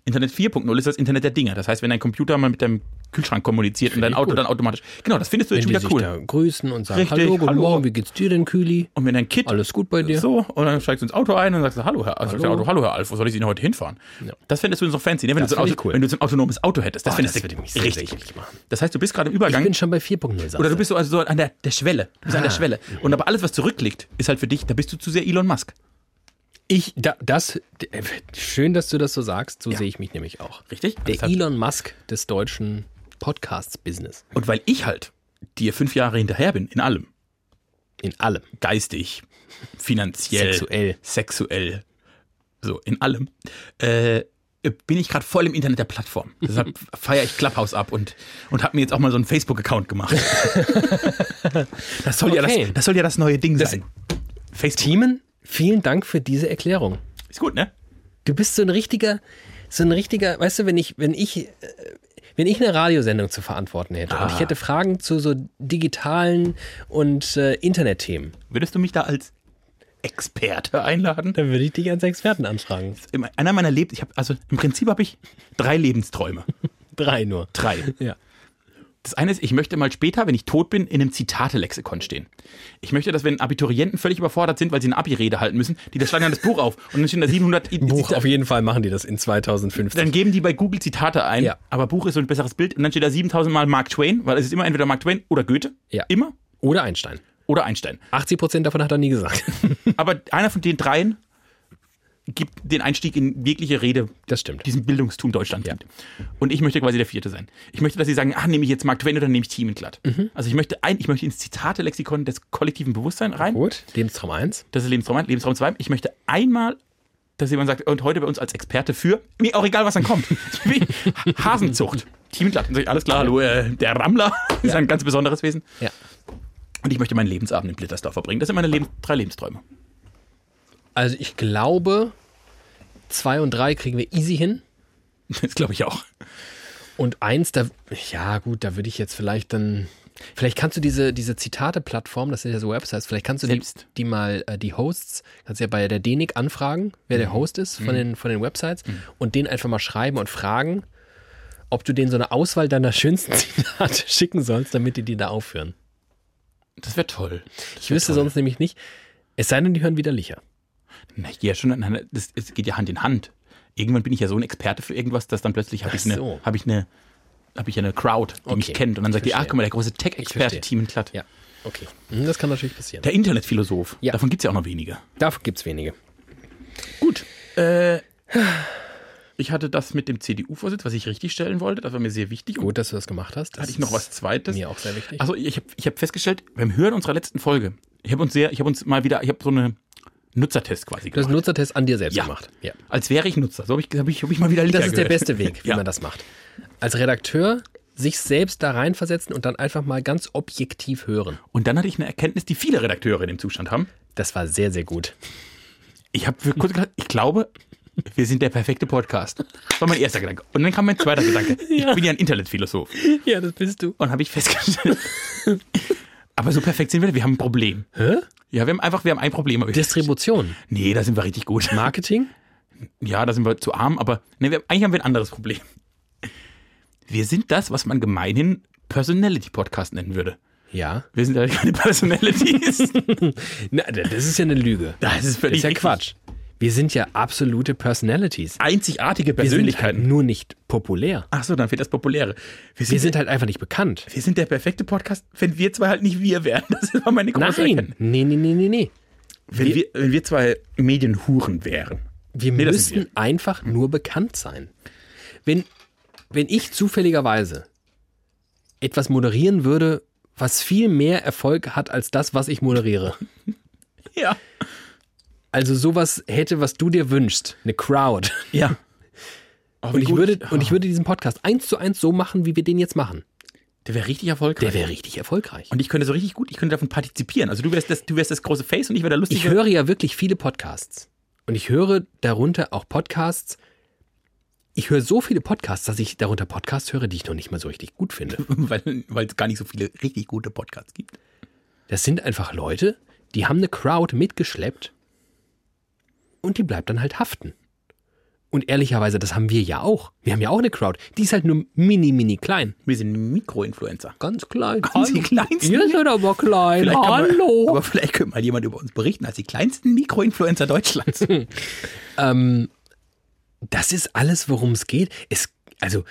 Internet 4.0 ist das Internet der Dinge. Das heißt, wenn dein Computer mal mit deinem Kühlschrank kommuniziert und dein ich Auto gut. dann automatisch. Genau, das findest du jetzt Wenn schon die wieder sich cool. da grüßen und sagen, Richtig, hallo, guten hallo. Morgen, wie geht's dir denn, Küli? Und wenn dein Kind Alles gut bei dir? So, und dann steigst du ins Auto ein und sagst, hallo Herr, also Hallo. sagt der Auto, hallo Herr Alf, wo soll ich Sie denn heute hinfahren? Das fändest du so fancy, ne? wenn, du Das so ein find Auto, ich cool. wenn du so ein autonomes Auto hättest. Das Oh, fändest das du würde mich sehr richtig. glücklich machen. Das heißt, du bist gerade im Ich Übergang bin schon bei 4.0, sagst oder du bist so, also so an der, der Schwelle. Du bist an der Ah. Schwelle. Und aber alles, was zurückliegt, ist halt für dich, da bist du zu sehr Elon Musk. Ich, da, das, äh, schön, dass du das so sagst, so sehe ich mich nämlich auch. Richtig? Der Deshalb- Elon Musk des deutschen Podcasts-Business. Und weil ich halt dir fünf Jahre hinterher bin, in allem, In allem. geistig, finanziell, Sexuell. sexuell, so in allem, äh, bin ich gerade voll im Internet der Plattform. Deshalb feiere ich Clubhouse ab und, und habe mir jetzt auch mal so einen Facebook-Account gemacht. das, soll ja Okay. das, das soll ja das neue Ding sein. Facebook. Thiemen, vielen Dank für diese Erklärung. Ist gut, ne? Du bist so ein richtiger, so ein richtiger, weißt du, wenn ich, wenn ich, äh, wenn ich eine Radiosendung zu verantworten hätte und ich hätte Fragen zu so digitalen und äh, Internetthemen, Würdest du mich da als Experte einladen? dann würde ich dich als Experten anfragen. Im- Einer meiner Lebens, ich habe also im Prinzip habe ich drei Lebensträume. Drei nur. Drei. Ja. Das eine ist, ich möchte mal später, wenn ich tot bin, in einem Zitate-Lexikon stehen. Ich möchte, dass wenn Abiturienten völlig überfordert sind, weil sie eine Abi-Rede halten müssen, die da schlagen dann das Buch auf und dann stehen da 700 I- Buch, Zita- auf jeden Fall machen die das in 2015. Dann geben die bei Google Zitate ein, Ja. aber Buch ist so ein besseres Bild und dann steht da 7000 Mal Mark Twain, weil es ist immer entweder Mark Twain oder Goethe. Ja. Immer. Oder Einstein. Oder Einstein. 80 Prozent davon hat er nie gesagt. Aber einer von den dreien gibt den Einstieg in jegliche Rede Das stimmt. diesem Bildungstum Deutschland gibt. Und ich möchte quasi der Vierte sein. Ich möchte, dass sie sagen, ach, nehme ich jetzt Mark Twain oder nehme ich Thiemen glatt. Also ich möchte ein, ich möchte ins Zitate-Lexikon des kollektiven Bewusstseins rein. Gut. Lebenstraum 1. Das ist Lebenstraum 1, Lebenstraum 2. Ich möchte einmal, dass jemand sagt, und heute bei uns als Experte für, mir auch egal, was dann kommt. Wie Hasenzucht. Team glatt. Und sag ich, alles klar, hallo, äh, der Rammler ist ein ganz besonderes Wesen. Ja. Und ich möchte meinen Lebensabend in Blittersdorf verbringen. Das sind meine Lebens drei Lebensträume. Also ich glaube, 2 und 3 kriegen wir easy hin. Das glaube ich auch. Und eins, da, ja gut, da würde ich jetzt vielleicht dann, vielleicht kannst du diese, diese Zitate-Plattform, das sind ja so Websites, vielleicht kannst du die, Selbst. die mal, äh, die Hosts, kannst ja bei der DENIC anfragen, wer Mhm. der Host ist von, den, von den Websites und den einfach mal schreiben und fragen, ob du denen so eine Auswahl deiner schönsten Zitate schicken sollst, damit die die da aufführen. Das wäre toll. Ich wüsste sonst nämlich nicht, es sei denn, die hören wieder Licher. Na, ich gehe ja schon, nein, das, es geht ja Hand in Hand. Irgendwann bin ich ja so ein Experte für irgendwas, dass dann plötzlich habe ich Ach eine, so. habe ich eine, habe ich eine Crowd, die mich Okay, kennt und dann ich sagt die, ah, verstehe. guck mal, der große verstehe. Tech-Experte Team Klatt. Ja, okay. Hm, Das kann natürlich passieren. Der Internetphilosoph. Ja. Davon gibt es ja auch noch wenige. Davon gibt es wenige. Gut. Äh, Ich hatte das mit dem CDU-Vorsitz, was ich richtig stellen wollte. Das war mir sehr wichtig. Gut, dass du das gemacht hast. Das hatte ich noch was ist Zweites. Mir auch sehr wichtig. Also ich habe ich hab festgestellt, beim Hören unserer letzten Folge, ich habe uns sehr, ich habe uns mal wieder, ich habe so eine Nutzertest quasi du hast gemacht. einen Nutzertest an dir selbst Ja. gemacht. Ja. Als wäre ich Nutzer. So habe ich, hab ich, hab ich mal wieder Lieder Das ist der gehört. beste Weg, wie ja. man das macht. Als Redakteur sich selbst da reinversetzen und dann einfach mal ganz objektiv hören. Und dann hatte ich eine Erkenntnis, die viele Redakteure in dem Zustand haben. Das war sehr, sehr gut. Ich habe kurz gedacht, ich glaube, wir sind der perfekte Podcast. Das war mein erster Gedanke. Und dann kam mein zweiter Gedanke. Ich bin ja ein Internetphilosoph. Ja, das bist du. Und habe ich festgestellt. Aber so perfekt sind wir, wir haben ein Problem. Hä? Ja, wir haben einfach, wir haben ein Problem. Aber ich- Distribution, nee, da sind wir richtig gut. Marketing, Ja, da sind wir zu arm, aber nee, wir, eigentlich haben wir ein anderes Problem. Wir sind das, was man gemeinhin Personality-Podcast nennen würde. ja. Wir sind halt keine Personalities. Na, das ist ja eine Lüge. Das ist Das völlig ist ja richtig. Quatsch. Wir sind ja absolute Personalities. Einzigartige Wir sind halt Persönlichkeiten. nur nicht populär. Ach so, dann fehlt das Populäre. Wir sind, Wir sind halt einfach nicht bekannt. wir sind der perfekte Podcast, wenn wir zwei halt nicht wir wären. Das war meine große Nein, Erkenntnis. nee, nee, nee, nee, nee. Wenn wir, wenn wir zwei Medienhuren wären. Wir Nee, das sind müssen einfach nur bekannt sein. Wenn, wenn ich zufälligerweise etwas moderieren würde, was viel mehr Erfolg hat als das, was ich moderiere. Ja. Also sowas hätte, was du dir wünschst, eine Crowd. Ja. Oh, Und ich, würde, und ich würde diesen Podcast eins zu eins so machen, wie wir den jetzt machen. der wäre richtig erfolgreich. Der wäre richtig erfolgreich. und ich könnte so richtig gut, ich könnte davon partizipieren. Also du wärst das, du wärst das große Face und ich wäre der lustige. Ich höre ja wirklich viele Podcasts. Und ich höre darunter auch Podcasts. Ich höre so viele Podcasts, dass ich darunter Podcasts höre, die ich noch nicht mal so richtig gut finde. weil, weil es gar nicht so viele richtig gute Podcasts gibt. Das sind einfach Leute, die haben eine Crowd mitgeschleppt und die bleibt dann halt haften. Und ehrlicherweise, das haben wir ja auch. Wir haben ja auch eine Crowd. Die ist halt nur mini, mini klein. Wir sind Mikroinfluencer. Ganz klein. Ganz die kleinsten. Ihr seid aber klein. Vielleicht kann man- Hallo. Aber vielleicht könnte mal jemand über uns berichten als die kleinsten Mikroinfluencer Deutschlands. das ist alles, worum es geht. Es, also,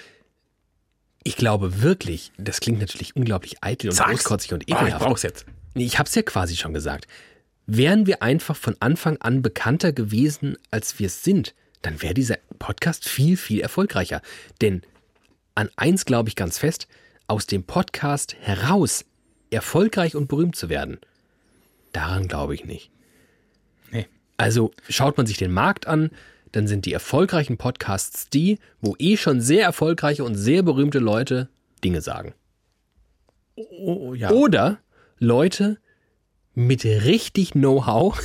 ich glaube wirklich, das klingt natürlich unglaublich eitel und großkotzig und Ah, ich ekelhaft. brauch's jetzt. Nee, ich hab's ja quasi schon gesagt. Wären wir einfach von Anfang an bekannter gewesen, als wir es sind, dann wäre dieser Podcast viel, viel erfolgreicher. Denn an eins glaube ich ganz fest, aus dem Podcast heraus erfolgreich und berühmt zu werden, daran glaube ich nicht. Nee. Also schaut man sich den Markt an, dann sind die erfolgreichen Podcasts die, wo eh schon sehr erfolgreiche und sehr berühmte Leute Dinge sagen. Oh, ja. Oder Leute mit richtig Know-how,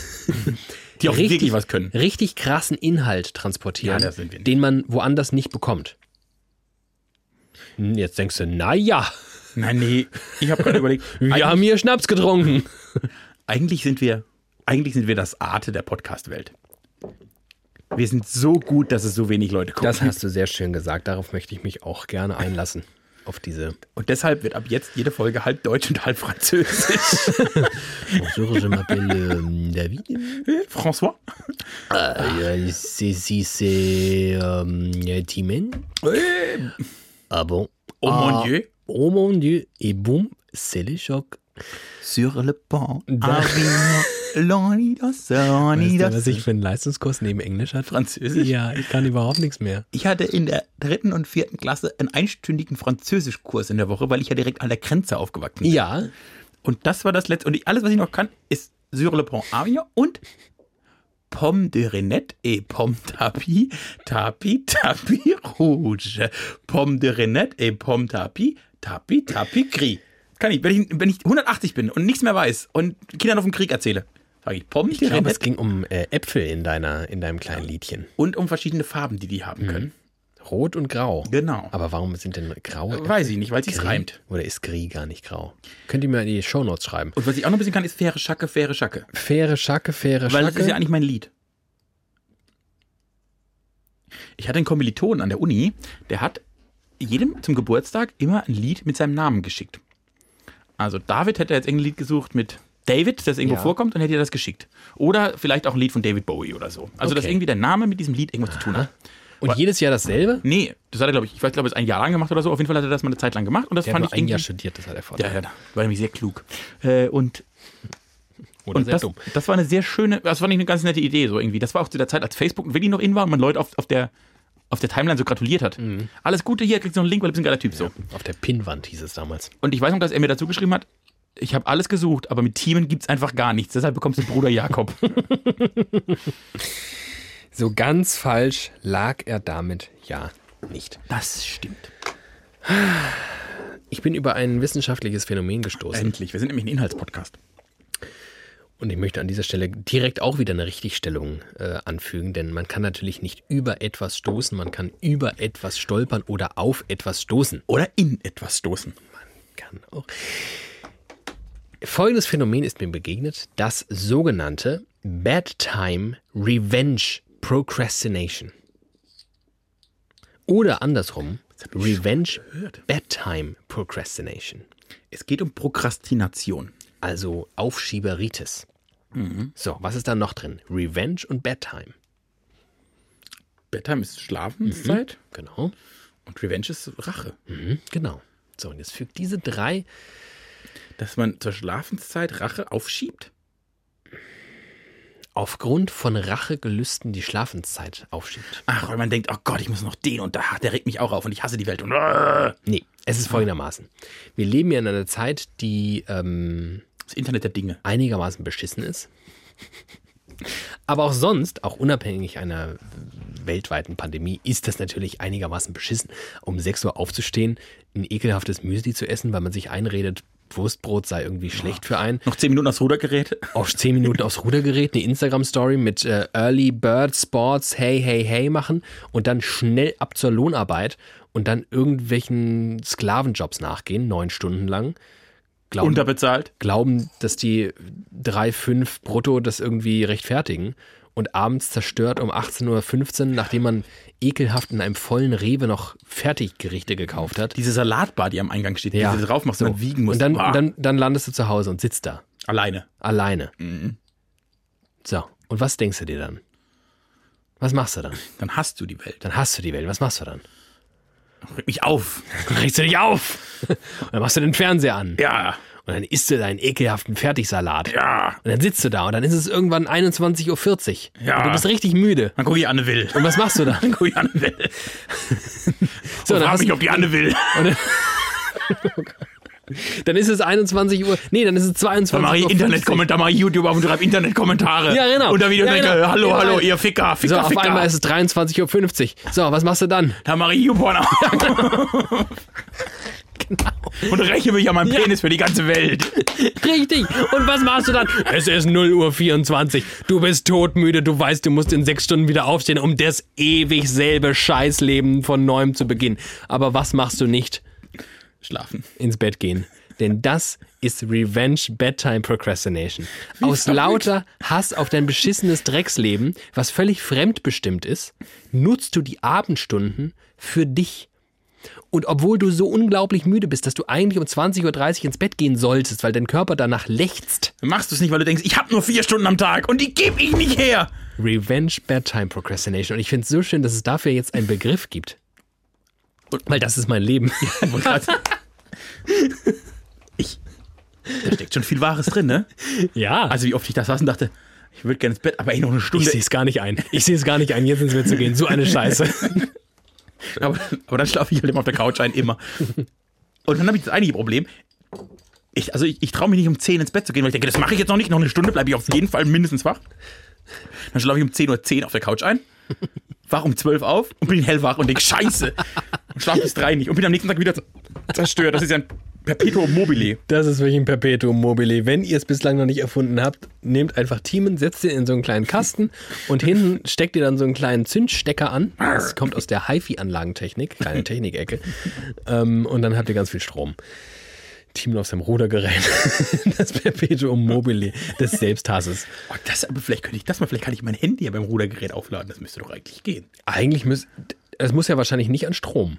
die auch richtig, wirklich was können. richtig krassen Inhalt transportieren, Ja, das sind wir nicht. den man woanders nicht bekommt. Hm, Jetzt denkst du, naja, Nein, nee. Ich habe gerade überlegt. wir Eigentlich, haben hier Schnaps getrunken. eigentlich sind wir, eigentlich sind wir das Arte der Podcast-Welt. Wir sind so gut, dass es so wenig Leute gucken. Das hast du sehr schön gesagt, darauf möchte ich mich auch gerne einlassen. Auf diese und deshalb wird ab jetzt jede Folge halb deutsch und halb französisch. Bonjour, je m'appelle euh, David. François? Euh, c'est c'est- c'est, euh, Timen. Eh, Ah bon? Oh mon Ah, Dieu. Oh mon Dieu. Et boum, c'est le choc. Sur le pont. Da- Arino, Lonido, Weißt Sonido. du, was ich für einen Leistungskurs neben Englisch hatte? Französisch? Ja, ich kann überhaupt nichts mehr. Ich hatte in der dritten und vierten Klasse einen einstündigen Französischkurs in der Woche, weil ich ja direkt an der Grenze aufgewachsen bin. Ja, Und das war das letzte. Und ich, alles, was ich noch kann, ist Sur le Pont Avignon und Pomme de Renette et Pomme Tapis, Tapis, Tapis Rouge. Pomme de Renette et Pomme Tapis, Tapis, Tapis Gris. Kann ich, wenn ich, wenn ich 180 bin und nichts mehr weiß und Kindern auf den Krieg erzähle, sage ich Pomme de ich glaube, es Renette ging um äh, Äpfel in, deiner, in deinem kleinen Liedchen. und um verschiedene Farben, die die haben können. Rot und grau. Genau. Aber warum sind denn graue Äpfel? Weiß ich nicht, weil es Gris? reimt. Oder ist Gris gar nicht grau? Könnt ihr mir in die Shownotes schreiben. Und was ich auch noch ein bisschen kann, ist faire Schacke, faire Schacke. Faire Schacke, faire Weil das Schacke. ist ja eigentlich mein Lied. Ich hatte einen Kommilitonen an der Uni, der hat jedem zum Geburtstag immer ein Lied mit seinem Namen geschickt. Also David hätte jetzt irgendein Lied gesucht mit David, das irgendwo Ja. vorkommt, dann hätte er das geschickt. Oder vielleicht auch ein Lied von David Bowie oder so. Also dass Okay. irgendwie der Name mit diesem Lied irgendwas zu tun hat. und jedes Jahr dasselbe? Nee, das hat er, glaube ich, ich weiß, glaube ich, ein Jahr lang gemacht oder so. Auf jeden Fall hat er das mal eine Zeit lang gemacht und das Der fand hat ich nur ein irgendwie. Jahr studiert, das hat er vorher. ja, ja, war nämlich sehr klug. Äh, und Oder Und sehr das, dumm. das war eine sehr schöne, das fand ich eine ganz nette Idee so irgendwie. Das war auch zu der Zeit, als Facebook wirklich noch in war und man Leute auf, auf der auf der Timeline so gratuliert hat. Alles Gute hier, kriegst du noch einen Link, weil du bist ein geiler Typ. So. Auf der Pinnwand hieß es damals. Und ich weiß noch, dass er mir dazu geschrieben hat, ich habe alles gesucht, aber mit Teamen gibt's einfach gar nichts. Deshalb bekommst du Bruder Jakob. So ganz falsch lag er damit ja nicht. Das stimmt. Ich bin über ein wissenschaftliches Phänomen gestoßen Endlich. Wir sind nämlich ein Inhaltspodcast. und ich möchte an dieser Stelle direkt auch wieder eine Richtigstellung äh, anfügen, denn man kann natürlich nicht über etwas stoßen, man kann über etwas stolpern oder auf etwas stoßen. Oder in etwas stoßen. Kann auch. Folgendes Phänomen ist mir begegnet, das sogenannte Bedtime Revenge Procrastination. Oder andersrum, Revenge Bedtime Procrastination. Es geht um Prokrastination. Also Aufschieberitis. So, was ist da noch drin? Revenge und Bedtime. Bedtime ist Schlafenszeit Genau. und Revenge ist Rache. Mhm, genau. So, und jetzt fügt diese drei Dass man zur Schlafenszeit Rache aufschiebt? aufgrund von Rachegelüsten die Schlafenszeit aufschiebt. Ach, weil man denkt, oh Gott, ich muss noch den und da, der regt mich auch auf und ich hasse die Welt. Und, äh, Nee, es ist folgendermaßen. Wir leben ja in einer Zeit, die ähm, das Internet der Dinge. einigermaßen beschissen ist. Aber auch sonst, auch unabhängig einer weltweiten Pandemie, ist das natürlich einigermaßen beschissen. Um 6 Uhr aufzustehen, ein ekelhaftes Müsli zu essen, weil man sich einredet, Wurstbrot sei irgendwie schlecht für einen. Noch zehn Minuten das Rudergerät. Auch 10 Minuten aufs Ruder gerät, eine Instagram-Story mit äh, Early Bird Sports, hey, hey, hey machen und dann schnell ab zur Lohnarbeit und dann irgendwelchen Sklavenjobs nachgehen, neun Stunden lang. Glauben, Unterbezahlt. glauben, dass die 3,5 brutto das irgendwie rechtfertigen und abends zerstört um 18.15 Uhr, nachdem man ekelhaft in einem vollen Rewe noch Fertiggerichte gekauft hat. Diese Salatbar, die am Eingang steht, die du drauf machst so. und dann wiegen musst. Und dann, Boah. dann, dann landest du zu Hause und sitzt da, Alleine. alleine. Mhm. So, und was denkst du dir dann? Was machst du dann? Dann hasst du die Welt. Dann hast du die Welt, was machst du dann? Dann reg mich auf. Dann regst du dich auf und dann machst du den Fernseher an Ja, und dann isst du deinen ekelhaften Fertigsalat. ja. Und dann sitzt du da und dann ist es irgendwann 21.40 Uhr. Ja. Und du bist richtig müde. Dann guck ich Anne Will. Und was machst du dann? Dann guck ich Anne Will. So, und dann, frag hast, mich, ob die Anne will. dann ist es 21 Uhr. Nee, dann ist es 22 Dann mache ich Uhr. Internetkommentar, mache ich YouTube auf und schreibe Internetkommentare. Ja, genau. Und dann wieder Ja, denke, genau. hallo, Ja, hallo, nein. ihr Ficker, So, Ficker, auf Ficker. einmal ist es 23.50 Uhr. So, was machst du dann? dann mache ich YouPorn auf. Und räche mich an meinem Penis für die ganze Welt. Richtig. Und was machst du dann? Es ist 0.24 Uhr. Du bist todmüde. Du weißt, du musst in sechs Stunden wieder aufstehen, um das ewig selbe Scheißleben von neuem zu beginnen. Aber was machst du nicht? Schlafen. ins Bett gehen. Denn das ist Revenge Bedtime Procrastination. Aus verrückt. lauter Hass auf dein beschissenes Drecksleben, was völlig fremdbestimmt ist, nutzt du die Abendstunden für dich. Und obwohl du so unglaublich müde bist, dass du eigentlich um 20.30 Uhr ins Bett gehen solltest, weil dein Körper danach lechzt, Dann machst du es nicht, weil du denkst, ich habe nur vier Stunden am Tag und die gebe ich nicht her. Revenge Bedtime Procrastination. Und ich finde es so schön, dass es dafür jetzt einen Begriff gibt. Weil das ist mein Leben. ich. Da steckt schon viel Wahres drin, ne? Ja. Also wie oft ich da saß und dachte, ich würde gerne ins Bett, aber eh noch eine ich Stunde. sehe es gar nicht ein. Ich sehe es gar nicht ein, jetzt ins Bett zu gehen. So eine Scheiße. Aber, aber dann schlafe ich halt immer auf der Couch ein, immer. Und dann habe ich das einige Problem. Ich, also ich, ich traue mich nicht um 10 ins Bett zu gehen, weil ich denke, das mache ich jetzt noch nicht. Noch eine Stunde bleibe ich auf jeden Fall mindestens wach. Dann schlafe ich um 10.10 Uhr auf der Couch ein, wach um 12 Uhr auf und bin hellwach und denke, scheiße. Und schlafe bis 3 nicht und bin am nächsten Tag wieder zerstört. Das ist ja ein Perpetuum mobile. Das ist wirklich ein Perpetuum mobile. Wenn ihr es bislang noch nicht erfunden habt, nehmt einfach Thiemen, setzt ihn in so einen kleinen Kasten und hinten steckt ihr dann so einen kleinen Zündstecker an. Das kommt aus der HiFi-Anlagentechnik, kleine Technikecke. ähm, und dann habt ihr ganz viel Strom. Team auf seinem Rudergerät. Das Perpetuum mobile des Selbsthasses. Oh, das, aber vielleicht könnte ich das mal, vielleicht kann ich mein Handy ja beim Rudergerät aufladen. Das müsste doch eigentlich gehen. Eigentlich müsst, es muss ja wahrscheinlich nicht an Strom.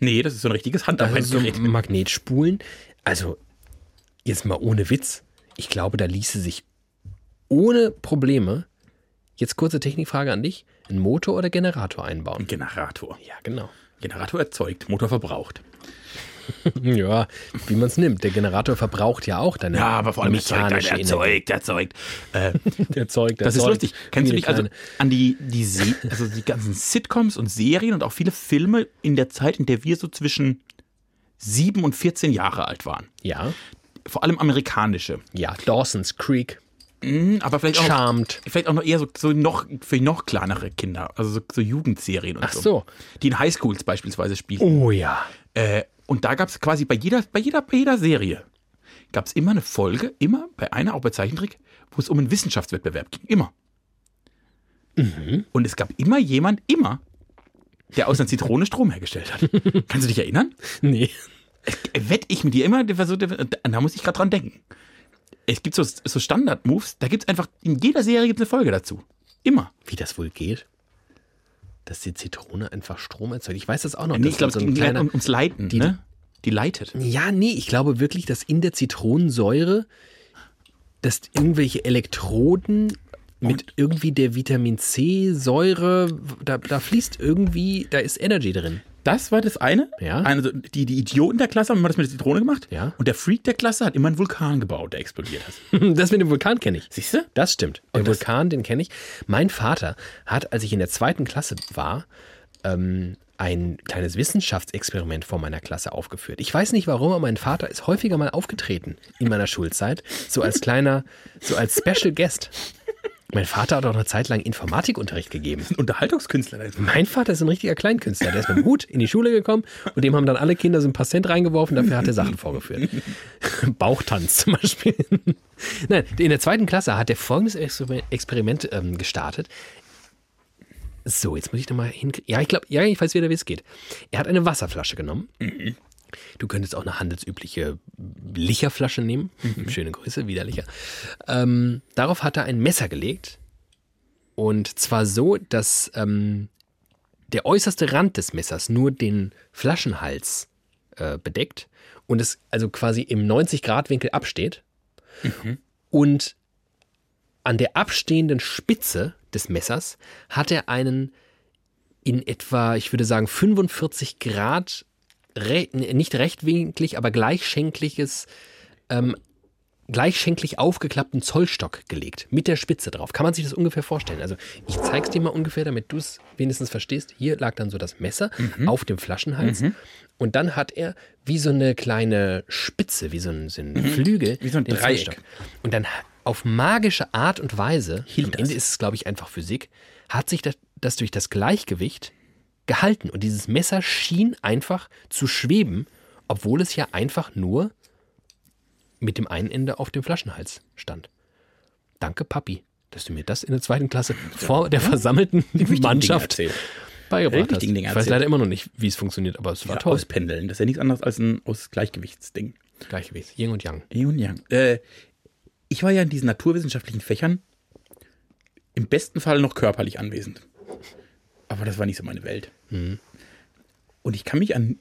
Nee, das ist so ein richtiges Also so Handarbeitsgerät. Magnetspulen. Also, jetzt mal ohne Witz. Ich glaube, da ließe sich ohne Probleme, jetzt kurze Technikfrage an dich, ein Motor oder Generator einbauen. Generator. Ja, genau. Generator erzeugt, Motor verbraucht. Ja, wie man es nimmt. Der Generator verbraucht ja auch deine Ja, aber vor allem erzeugt, mechanische Energie. erzeugt, erzeugt. Äh, Der Zeug, der das ist Zeug. lustig. Kennst du Viele dich also kleine- an die, die, Se also die ganzen Sitcoms und Serien und auch viele Filme in der Zeit, in der wir so zwischen 7 und 14 Jahre alt waren? Ja, Vor allem amerikanische. ja. Dawson's Creek. Mhm, Aber vielleicht auch, Charmed. vielleicht auch noch eher so, so noch, für noch kleinere Kinder, also so, so Jugendserien und Ach so. Die in Highschools beispielsweise spielen. Oh ja. Äh, und da gab es quasi bei jeder, bei jeder, bei jeder Serie gab es immer eine Folge, immer bei einer, auch bei Zeichentrick, wo es um einen Wissenschaftswettbewerb ging. Immer. Mhm. Und es gab immer jemand, immer, der aus einer Zitrone Strom hergestellt hat. Kannst du dich erinnern? Nee. Wett ich mit dir immer, der versucht, der, da muss ich gerade dran denken. Es gibt so, so Standard-Moves, da gibt es einfach, in jeder Serie gibt es eine Folge dazu. Immer. Wie das wohl geht? Dass die Zitrone einfach Strom erzeugt. Ich weiß das auch noch. Nee, dass ich glaube, so es ein ging kleiner- um, ums Leiten, die, ne? Die leitet. Ja, nee, ich glaube wirklich, dass in der Zitronensäure, dass irgendwelche Elektroden mit irgendwie der Vitamin C-Säure, da, da fließt irgendwie, da ist Energy drin. Das war das eine. Ja. Also die, die Idioten der Klasse haben immer das mit der Zitrone gemacht. Ja. Und der Freak der Klasse hat immer einen Vulkan gebaut, der explodiert ist. Das mit dem Vulkan kenne ich. Siehst du? Das stimmt. Den das- Vulkan, den kenne ich. Mein Vater hat, als ich in der zweiten Klasse war, ähm, ein kleines Wissenschaftsexperiment vor meiner Klasse aufgeführt. Ich weiß nicht warum, aber mein Vater ist häufiger mal aufgetreten in meiner Schulzeit, so als kleiner, so als Special Guest. Mein Vater hat auch eine Zeit lang Informatikunterricht gegeben. Ein Unterhaltungskünstler. der ist- Mein Vater ist ein richtiger Kleinkünstler. Der ist mit dem Hut in die Schule gekommen und dem haben dann alle Kinder so einen Passent reingeworfen, dafür hat er Sachen vorgeführt. Bauchtanz zum Beispiel. Nein, in der zweiten Klasse hat er folgendes Experiment, Experiment ähm, gestartet. So, jetzt muss ich nochmal hinkriegen. Ja, ich glaube, ja, ich weiß wieder, wie es geht. Er hat eine Wasserflasche genommen. Du könntest auch eine handelsübliche Licherflasche nehmen. Schöne Grüße, widerlicher. Ähm, darauf hat er ein Messer gelegt. Und zwar so, dass ähm, der äußerste Rand des Messers nur den Flaschenhals äh, bedeckt und es also quasi im 90-Grad-Winkel absteht. Und an der abstehenden Spitze des Messers hat er einen in etwa, ich würde sagen, 45 Grad, re nicht rechtwinklig, aber gleichschenkliches, ähm, gleichschenklich aufgeklappten Zollstock gelegt, mit der Spitze drauf. Kann man sich das ungefähr vorstellen? Also ich zeig's dir mal ungefähr, damit du es wenigstens verstehst. Hier lag dann so das Messer Mhm. auf dem Flaschenhals. Und dann hat er wie so eine kleine Spitze, wie so ein, so ein Flügel, Mhm. Wie so ein den Dreieck. Zollstock. Und dann auf magische Art und Weise, am Ende ist es, glaube ich, einfach Physik, hat sich das, das durch das Gleichgewicht gehalten. Und dieses Messer schien einfach zu schweben, obwohl es ja einfach nur mit dem einen Ende auf dem Flaschenhals stand. Danke, Papi, dass du mir das in der zweiten Klasse vor der versammelten Mannschaft Dinge erzählt. beigebracht Richtig hast. Dinge ich weiß erzählt. leider immer noch nicht, wie es funktioniert, aber es war Ja, toll. Auspendeln. Das ist ja nichts anderes als ein Ausgleichgewichtsding. Gleichgewicht, Yin und Yang. Yin und Yang. Äh, ich war ja in diesen naturwissenschaftlichen Fächern im besten Fall noch körperlich anwesend. Aber das war nicht so meine Welt. Mhm. Und ich kann mich an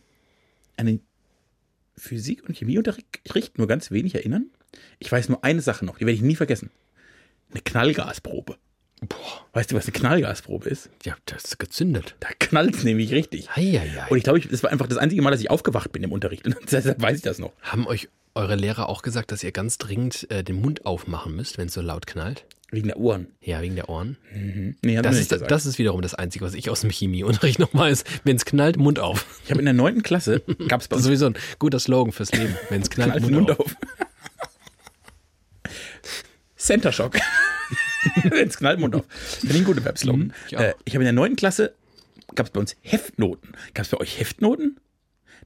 einen Physik- und Chemieunterricht nur ganz wenig erinnern. Ich weiß nur eine Sache noch, die werde ich nie vergessen. Eine Knallgasprobe. Boah, Weißt du, was eine Knallgasprobe ist? ja, das ist gezündet. Da knallt es nämlich richtig. Eieiei. Und ich glaube, ich- das war einfach das einzige Mal, dass ich aufgewacht bin im Unterricht. Und deshalb weiß ich das noch. Haben euch eure Lehrer auch gesagt, dass ihr ganz dringend äh, den Mund aufmachen müsst, wenn es so laut knallt? Wegen der Uhren. Ja, wegen der Ohren. Nee, haben Das sie nicht ist, gesagt. das ist wiederum das Einzige, was ich aus dem Chemieunterricht noch weiß. Wenn es knallt, Mund auf. Ich habe in der neunten Klasse, gab es bei uns Das ist sowieso ein guter Slogan fürs Leben. Wenn es knallt, knallt Mund, den Mund auf. auf. Center Shock. Jetzt knallt Mund auf. Finde ich einen guten Webslogan. Mhm, ich auch. äh, ich habe in der neunten Klasse, gab es bei uns Heftnoten. Gab es bei euch Heftnoten?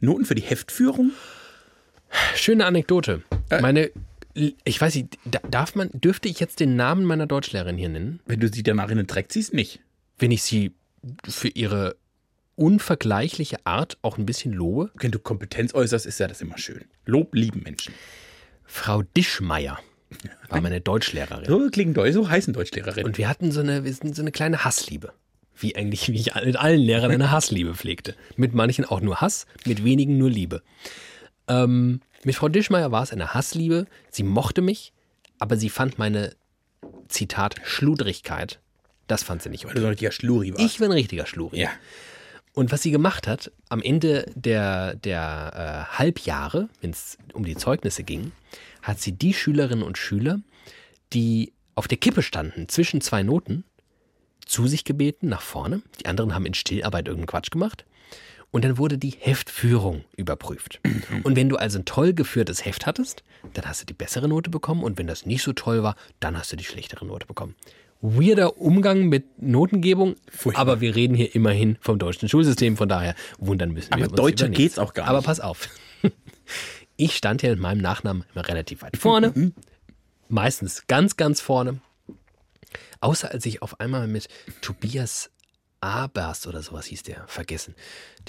Noten für die Heftführung? Schöne Anekdote. Äh. Meine, ich weiß nicht, da- darf man, dürfte ich jetzt den Namen meiner Deutschlehrerin hier nennen? Wenn du sie danach in den Dreck ziehst, nicht. Wenn ich sie für ihre unvergleichliche Art auch ein bisschen lobe? Wenn du Kompetenz äußerst, ist ja das immer schön. Lob lieben Menschen. Frau Dischmeier war meine Deutschlehrerin. So klingen Deu, so heißen Deutschlehrerinnen. Und wir hatten so eine, wir sind so eine kleine Hassliebe. Wie eigentlich, wie ich mit allen Lehrern eine Hassliebe pflegte. Mit manchen auch nur Hass, mit wenigen nur Liebe. Ähm, mit Frau Dischmeier war es eine Hassliebe. Sie mochte mich, aber sie fand meine, Zitat, Schludrigkeit, das fand sie nicht weil du okay. so ein richtiger Schluri warst. Ich bin ein richtiger Schluri. ja. Und was sie gemacht hat, am Ende der, der äh, Halbjahre, wenn es um die Zeugnisse ging, hat sie die Schülerinnen und Schüler, die auf der Kippe standen zwischen zwei Noten, zu sich gebeten, nach vorne. Die anderen haben in Stillarbeit irgendeinen Quatsch gemacht. Und dann wurde die Heftführung überprüft. Und wenn du also ein toll geführtes Heft hattest, dann hast du die bessere Note bekommen. Und wenn das nicht so toll war, dann hast du die schlechtere Note bekommen. Weirder Umgang mit Notengebung, aber wir reden hier immerhin vom deutschen Schulsystem. Von daher wundern müssen wir Aber uns deutscher über nichts. geht's auch gar Aber nicht. pass auf. Ich stand hier mit meinem Nachnamen immer relativ weit vorne. Meistens ganz, ganz vorne. Außer als ich auf einmal mit Tobias Abers oder sowas hieß der, vergessen.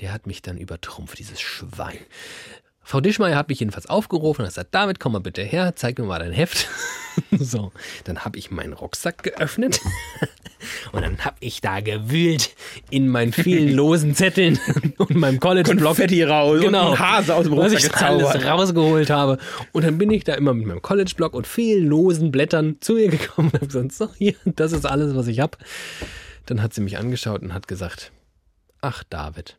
Der hat mich dann übertrumpft, dieses Schwein. Frau Dischmeier hat mich jedenfalls aufgerufen und hat gesagt, David, komm mal bitte her, zeig mir mal dein Heft. so, dann habe ich meinen Rucksack geöffnet und dann habe ich da gewühlt in meinen vielen losen Zetteln und meinem College-Blog Konfetti raus und ein Hase aus dem was Rucksack Genau. ich da alles gezaubert. rausgeholt habe. Und dann bin ich da immer mit meinem College-Blog und vielen losen Blättern zu ihr gekommen und habe gesagt, so hier, das ist alles, was ich habe. Dann hat sie mich angeschaut und hat gesagt, ach David.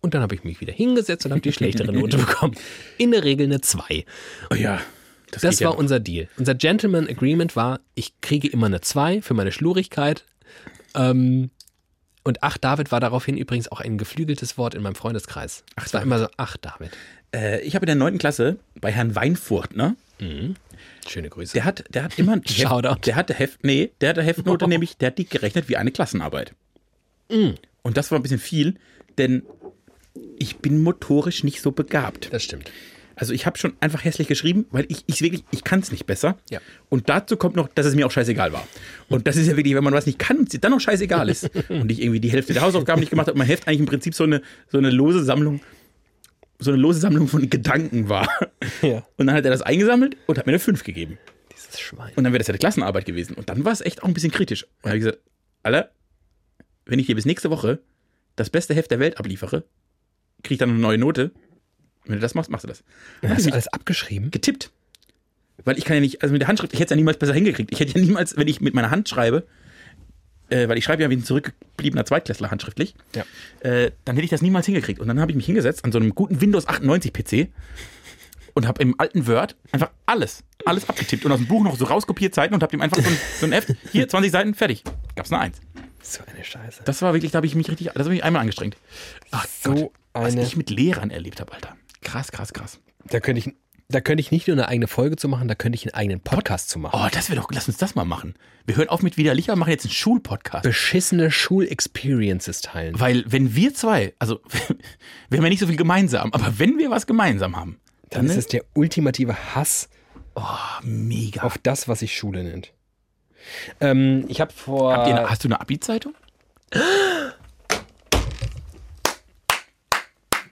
Und dann habe ich mich wieder hingesetzt und habe die schlechtere Note bekommen. In der Regel eine 2. Oh ja, das, Das geht war ja. unser Deal. Unser Gentleman Agreement war, ich kriege immer eine 2 für meine Schlurigkeit. Ähm, und ach David war daraufhin übrigens auch ein geflügeltes Wort in meinem Freundeskreis. Ach, es war immer so, ach David. Äh, ich habe in der 9. Klasse bei Herrn Weinfurt, ne? Schöne Grüße. Der hat, der hat immer die Shoutout. Heft, der hatte Heft, nee, der hatte Heftnote nämlich, der hat die gerechnet wie eine Klassenarbeit. Mm. Und das war ein bisschen viel, denn ich bin motorisch nicht so begabt. das stimmt. Also ich habe schon einfach hässlich geschrieben, weil ich ich wirklich ich kann es nicht besser. Ja. Und dazu kommt noch, dass es mir auch scheißegal war. Und das ist ja wirklich, wenn man was nicht kann, und es dann noch scheißegal ist und ich irgendwie die Hälfte der Hausaufgaben nicht gemacht habe, mein Heft eigentlich im Prinzip so eine so eine lose Sammlung so eine lose Sammlung von Gedanken war. Ja. Und dann hat er das eingesammelt und hat mir eine 5 gegeben. Dieses Schwein. Und dann wäre das ja eine Klassenarbeit gewesen. Und dann war es echt auch ein bisschen kritisch. Und dann habe ich gesagt, Alter, wenn ich dir bis nächste Woche das beste Heft der Welt abliefere, kriege ich dann eine neue Note. Wenn du das machst, machst du das. Dann hab ich Hast du mich alles abgeschrieben? getippt. Weil ich kann ja nicht, also mit der Handschrift, ich hätte es ja niemals besser hingekriegt. Ich hätte ja niemals, wenn ich mit meiner Hand schreibe, äh, weil ich schreibe ja wie ein zurückgebliebener Zweitklässler handschriftlich, Ja. äh, dann hätte ich das niemals hingekriegt. Und dann habe ich mich hingesetzt an so einem guten Windows 98 PC und habe im alten Word einfach alles, alles abgetippt und aus dem Buch noch so rauskopiert Seiten und habe dem einfach so ein, so ein F, hier 20 Seiten, fertig. Gab's eine Eins. So eine Scheiße. Das war wirklich, da habe ich mich richtig, das habe ich einmal angestrengt. Ach So Gott, was eine- ich mit Lehrern erlebt habe, Alter. Krass, krass, krass. Also Da könnte ich, da könnte ich nicht nur eine eigene Folge zu machen, da könnte ich einen eigenen Podcast zu machen. Oh, das wäre doch, lass uns das mal machen. Wir hören auf mit Widerlicher und machen jetzt einen Schulpodcast. Beschissene Schulexperiences teilen. Weil wenn wir zwei, also wir haben ja nicht so viel gemeinsam, aber wenn wir was gemeinsam haben, Dann dann, ist es der ultimative Hass Ah, mega. auf das, was sich Schule nennt. Ähm, ich habe vor. Habt ihr eine, hast du eine Abi-Zeitung?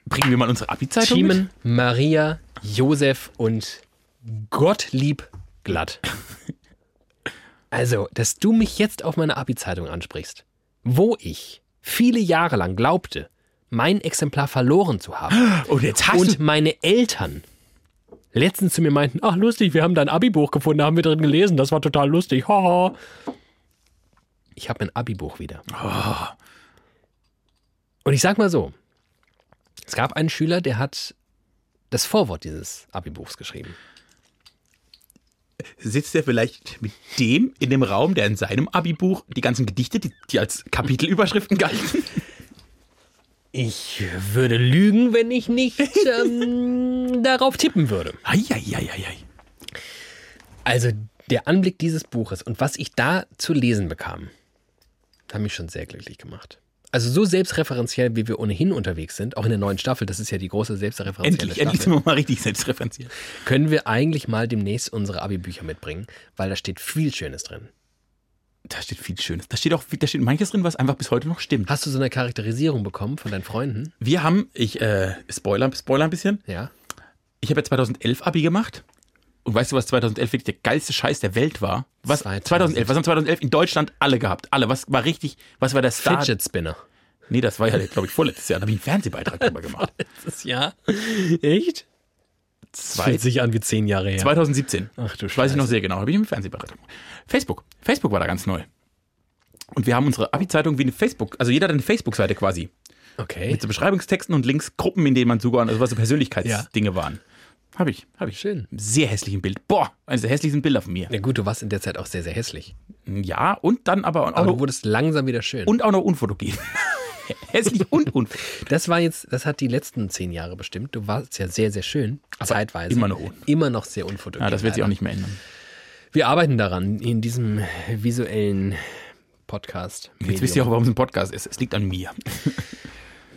Bringen wir mal unsere Abi-Zeitung mit? Thiemen, Maria, Josef und Gottlieb glatt. Also, dass du mich jetzt auf meine Abi-Zeitung ansprichst, wo ich viele Jahre lang glaubte, mein Exemplar verloren zu haben Und jetzt hast und du... meine Eltern letztens zu mir meinten, ach lustig, wir haben dein Abi-Buch gefunden, da haben wir drin gelesen, das war total lustig, haha. Ich habe mein Abi-Buch wieder. Oh. Und ich sag mal so, es gab einen Schüler, der hat das Vorwort dieses Abi-Buchs geschrieben. Sitzt er vielleicht mit dem in dem Raum, der in seinem Abi-Buch die ganzen Gedichte, die, die als Kapitelüberschriften galten? Ich würde lügen, wenn ich nicht ähm, darauf tippen würde. Eieieiei. Also der Anblick dieses Buches und was ich da zu lesen bekam, hat mich schon sehr glücklich gemacht. Also so selbstreferenziell, wie wir ohnehin unterwegs sind, auch in der neuen Staffel, das ist ja die große selbstreferenzielle Endlich, endlich sind Staffel, wir mal richtig selbstreferenziert. können wir eigentlich mal demnächst unsere Abi-Bücher mitbringen, weil da steht viel Schönes drin. Da steht viel Schönes. Da steht auch viel- da steht manches drin, was einfach bis heute noch stimmt. Hast du so eine Charakterisierung bekommen von deinen Freunden? Wir haben, ich äh, spoiler, spoiler ein bisschen. Ja. Ich habe ja 2011 Abi gemacht. Und weißt du, was 2011 wirklich der geilste Scheiß der Welt war? Was 2000. 2011, was haben 2011 in Deutschland alle gehabt? Alle, was war richtig, was war der Star? Fidget Spinner. Nee, das war ja, glaube ich, vorletztes Jahr, da habe ich einen Fernsehbeitrag drüber gemacht. Letztes Jahr? Echt? Das Zwei- fühlt sich an wie zehn Jahre her. 2017. Ach du Weiß ich Scheiße. noch sehr genau, habe ich im Fernsehbeitrag gemacht. Facebook, Facebook war da ganz neu. Und wir haben unsere Abi-Zeitung wie eine Facebook, also jeder hat eine Facebook-Seite quasi. Okay. Mit so Beschreibungstexten und Links Gruppen, in denen man zugeordnet, also was so Persönlichkeitsdinge waren. Habe ich, habe ich. Schön. Sehr hässlichen Bild. Boah, eines der hässlichsten Bilder von mir. Ja gut, du warst in der Zeit auch sehr, sehr hässlich. Ja, und dann aber auch, Aber du noch, wurdest langsam wieder schön. und auch noch unfotogen. Hässlich und unfotogen. das war jetzt, das hat die letzten zehn Jahre bestimmt. Du warst ja sehr, sehr schön. zeitweise. immer noch un- Immer noch sehr unfotogen. Ja, Ah, das wird sich auch leider. nicht mehr ändern. Wir arbeiten daran in diesem visuellen Podcast. Jetzt wisst ihr auch, warum es ein Podcast ist. Es liegt an mir.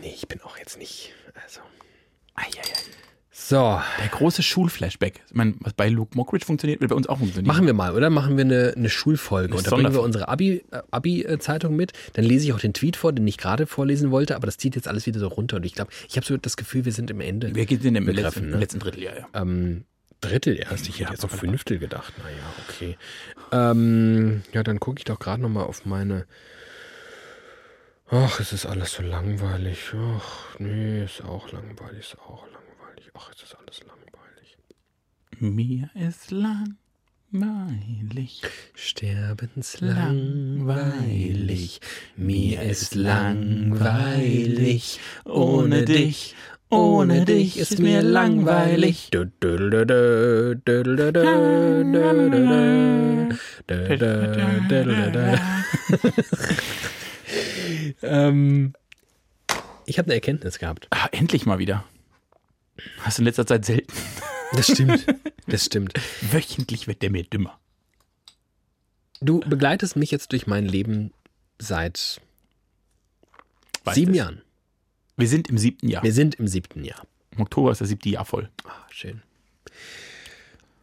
Nee, ich bin auch jetzt nicht. Also. Eieiei. So, Der große Schulflashback. Ich meine, was bei Luke Mockridge funktioniert, wird bei uns auch funktionieren. machen wir mal, oder? Machen wir eine, eine Schulfolge Eine und da bringen wir Sonderfolge. unsere Abi-Zeitung Abi, äh, Zeitung mit. Dann lese ich auch den Tweet vor, den ich gerade vorlesen wollte, aber das zieht jetzt alles wieder so runter und ich glaube, ich habe so das Gefühl, wir sind im Ende. wir gehen in dem Wir letzten, treffen, ne? im letzten Drittel, ja, ja. Ähm, Drittel erst. Ich hätte Ja, jetzt auf aber- Fünftel gedacht. Naja, okay. Ähm, ja, dann gucke ich doch gerade nochmal auf meine. Ach, es ist alles so langweilig. Ach, nee, ist auch langweilig, ist auch langweilig. Ach, es ist alles langweilig. Mir ist langweilig. Sterbenslangweilig. Mir ist langweilig. Ohne dich, ohne dich ist mir langweilig. Ähm, ich habe eine Erkenntnis gehabt. Ah, endlich mal wieder. Hast du in letzter Zeit selten. Das stimmt. Das stimmt. Wöchentlich wird der mir dümmer. Du begleitest mich jetzt durch mein Leben seit Weißt sieben es. Jahren. Wir sind im siebten Jahr. Wir sind im siebten Jahr. Im Oktober ist das siebte Jahr voll. Ah, schön.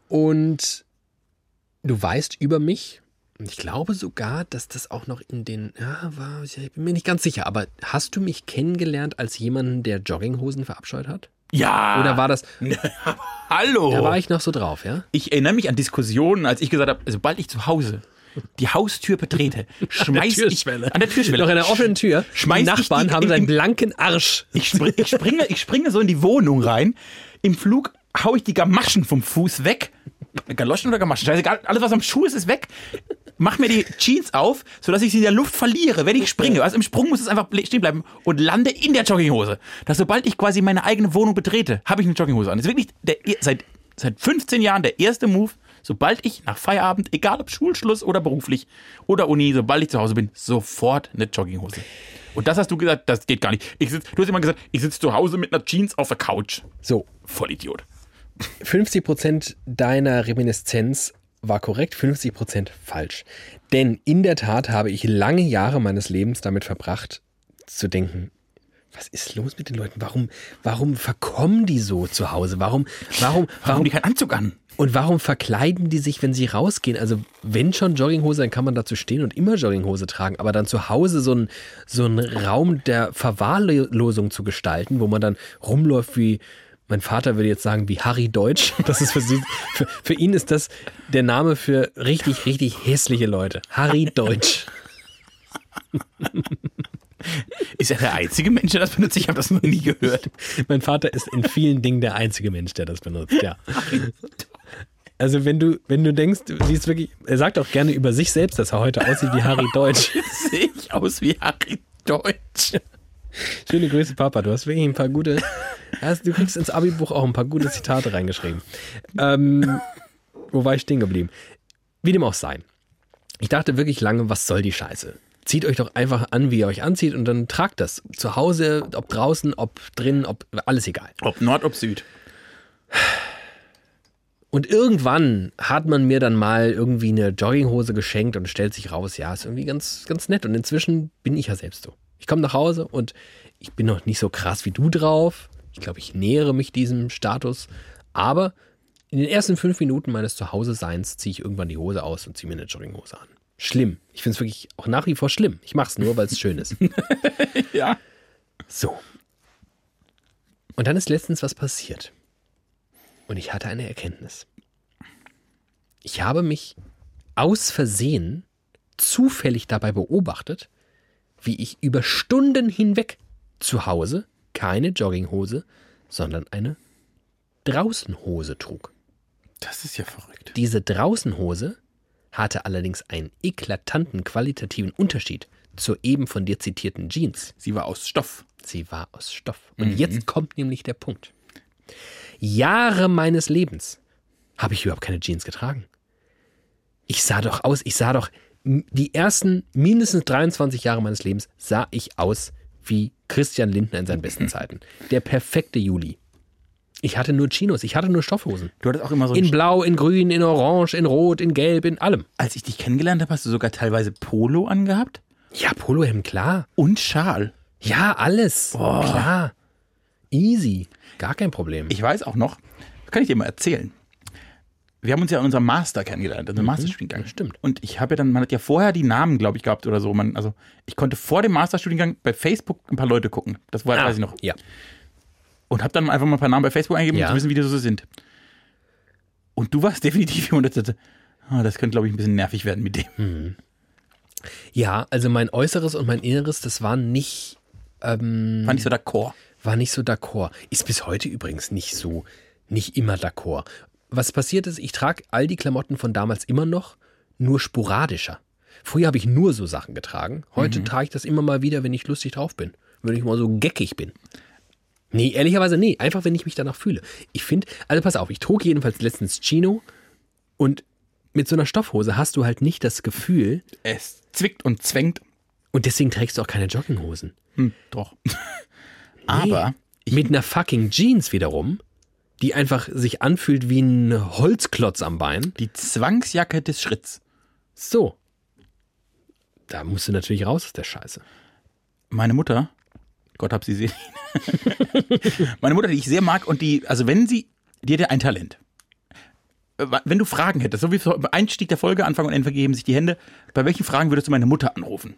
Und du weißt über mich. Und ich glaube sogar, dass das auch noch in den. Ja, war, ich bin mir nicht ganz sicher, aber hast du mich kennengelernt als jemanden, der Jogginghosen verabscheut hat? Ja! Oder war das. Hallo! Da war ich noch so drauf, ja? Ich erinnere mich an Diskussionen, als ich gesagt habe, sobald ich zu Hause die Haustür betrete, schmeiß ich Türschwelle. an der Türschwelle. Noch in der offenen Tür. Schmeiß die ich Nachbarn die haben in- seinen in- blanken Arsch. Ich, spring, ich, springe, ich springe so in die Wohnung rein. Im Flug hau ich die Gamaschen vom Fuß weg. Galoschen oder Gamaschen? Scheißegal, alles was am Schuh ist, ist weg. Mach mir die Jeans auf, sodass ich sie in der Luft verliere, wenn ich springe. Also im Sprung muss es einfach ble- stehen bleiben und lande in der Jogginghose. Dass sobald ich quasi meine eigene Wohnung betrete, habe ich eine Jogginghose an. Das ist wirklich der, e-, seit, seit 15 Jahren der erste Move. Sobald ich nach Feierabend, egal ob Schulschluss oder beruflich oder Uni, sobald ich zu Hause bin, sofort eine Jogginghose. Und das hast du gesagt, das geht gar nicht. Ich sitz, du hast immer gesagt, ich sitze zu Hause mit einer Jeans auf der Couch. So, Vollidiot. 50% deiner Reminiszenz war korrekt, 50% falsch. Denn in der Tat habe ich lange Jahre meines Lebens damit verbracht, zu denken, was ist los mit den Leuten? Warum, warum verkommen die so zu Hause? Warum, warum, Warum warum, die keinen Anzug an? und warum verkleiden die sich, wenn sie rausgehen? Also, wenn schon Jogginghose, dann kann man dazu stehen und immer Jogginghose tragen, aber dann zu Hause so einen so einen Raum der Verwahrlosung zu gestalten, wo man dann rumläuft wie. Mein Vater würde jetzt sagen, wie Harry Deutsch. Das ist für, sie, für, für ihn ist das der Name für richtig, richtig hässliche Leute. Harry Deutsch. Ist er der einzige Mensch, der das benutzt? Ich habe das noch nie gehört. Mein Vater ist in vielen Dingen der einzige Mensch, der das benutzt, ja. Also wenn du, wenn du denkst, du siehst wirklich, er sagt auch gerne über sich selbst, dass er heute aussieht wie Harry Deutsch. Sehe ich aus wie Harry Deutsch. Schöne Grüße, Papa. Du hast wirklich ein paar gute. Hast, du kriegst ins Abi-Buch auch ein paar gute Zitate reingeschrieben. Ähm, wo war ich stehen geblieben? Wie dem auch sei. Ich dachte wirklich lange, was soll die Scheiße? Zieht euch doch einfach an, wie ihr euch anzieht und dann tragt das. Zu Hause, ob draußen, ob drinnen, ob alles egal. Ob Nord, ob Süd. Und irgendwann hat man mir dann mal irgendwie eine Jogginghose geschenkt und stellt sich raus, ja, ist irgendwie ganz, ganz nett. Und inzwischen bin ich ja selbst so. Ich komme nach Hause und ich bin noch nicht so krass wie du drauf. Ich glaube, ich nähere mich diesem Status. Aber in den ersten fünf Minuten meines Zuhause-Seins ziehe ich irgendwann die Hose aus und ziehe mir eine Jogginghose an. Schlimm. Ich finde es wirklich auch nach wie vor schlimm. Ich mache es nur, weil es schön ist. Ja. So. Und dann ist letztens was passiert. Und ich hatte eine Erkenntnis. Ich habe mich aus Versehen zufällig dabei beobachtet, wie ich über Stunden hinweg zu Hause keine Jogginghose, sondern eine Draußenhose trug. Das ist ja verrückt. Diese Draußenhose hatte allerdings einen eklatanten qualitativen Unterschied zur eben von dir zitierten Jeans. Sie war aus Stoff. Sie war aus Stoff. Und jetzt kommt nämlich der Punkt. Jahre meines Lebens habe ich überhaupt keine Jeans getragen. Ich sah doch aus, ich sah doch m- die ersten mindestens 23 Jahre meines Lebens sah ich aus wie Christian Lindner in seinen besten Zeiten. Der perfekte Juli. Ich hatte nur Chinos, ich hatte nur Stoffhosen. Du hattest auch immer so In blau, in grün, in orange, in rot, in gelb, in allem. Als ich dich kennengelernt habe, hast du sogar teilweise Polo angehabt Ja, Polohemd, klar. und Schal. Ja, alles. Klar. Easy. Gar kein Problem. Ich weiß auch noch, das kann ich dir mal erzählen. Wir haben uns ja in unserem Master kennengelernt, in einem Masterstudiengang. das Mhm. stimmt. Und ich habe ja dann, man hat ja vorher die Namen, glaube ich, gehabt oder so. Man, also ich konnte vor dem Masterstudiengang bei Facebook ein paar Leute gucken. Das Ah. war, weiß ich noch. Ja. Und habe dann einfach mal ein paar Namen bei Facebook eingegeben, um Ja. zu wissen, wie die so sind. Und du warst definitiv jemand, der dachte, ah, das könnte, glaube ich, ein bisschen nervig werden mit dem. ja, also mein Äußeres und mein Inneres, das war nicht, Mhm. Fand ich so d'accord. war nicht so d'accord. Ist bis heute übrigens nicht so, nicht immer d'accord. Was passiert ist, ich trage all die Klamotten von damals immer noch, nur sporadischer. Früher habe ich nur so Sachen getragen. Mhm. Heute trage ich das immer mal wieder, wenn ich lustig drauf bin. Wenn ich mal so geckig bin. Nee, ehrlicherweise nee. Einfach, wenn ich mich danach fühle. Ich finde, also pass auf, ich trug jedenfalls letztens Chino und mit so einer Stoffhose hast du halt nicht das Gefühl Es zwickt und zwängt. und deswegen trägst du auch keine Jogginghosen. Hm, doch. Aber mit einer fucking Jeans wiederum, die einfach sich anfühlt wie ein Holzklotz am Bein. die Zwangsjacke des Schritts. So. Da musst du natürlich raus aus der Scheiße. meine Mutter, Gott hab sie sehen, meine Mutter, die ich sehr mag und die, also wenn sie, die hat ja ein Talent. Äh, Wenn du Fragen hättest, so wie vor- Einstieg der Folge, Anfang und Ende vergeben sich die Hände, bei welchen Fragen würdest du meine Mutter anrufen?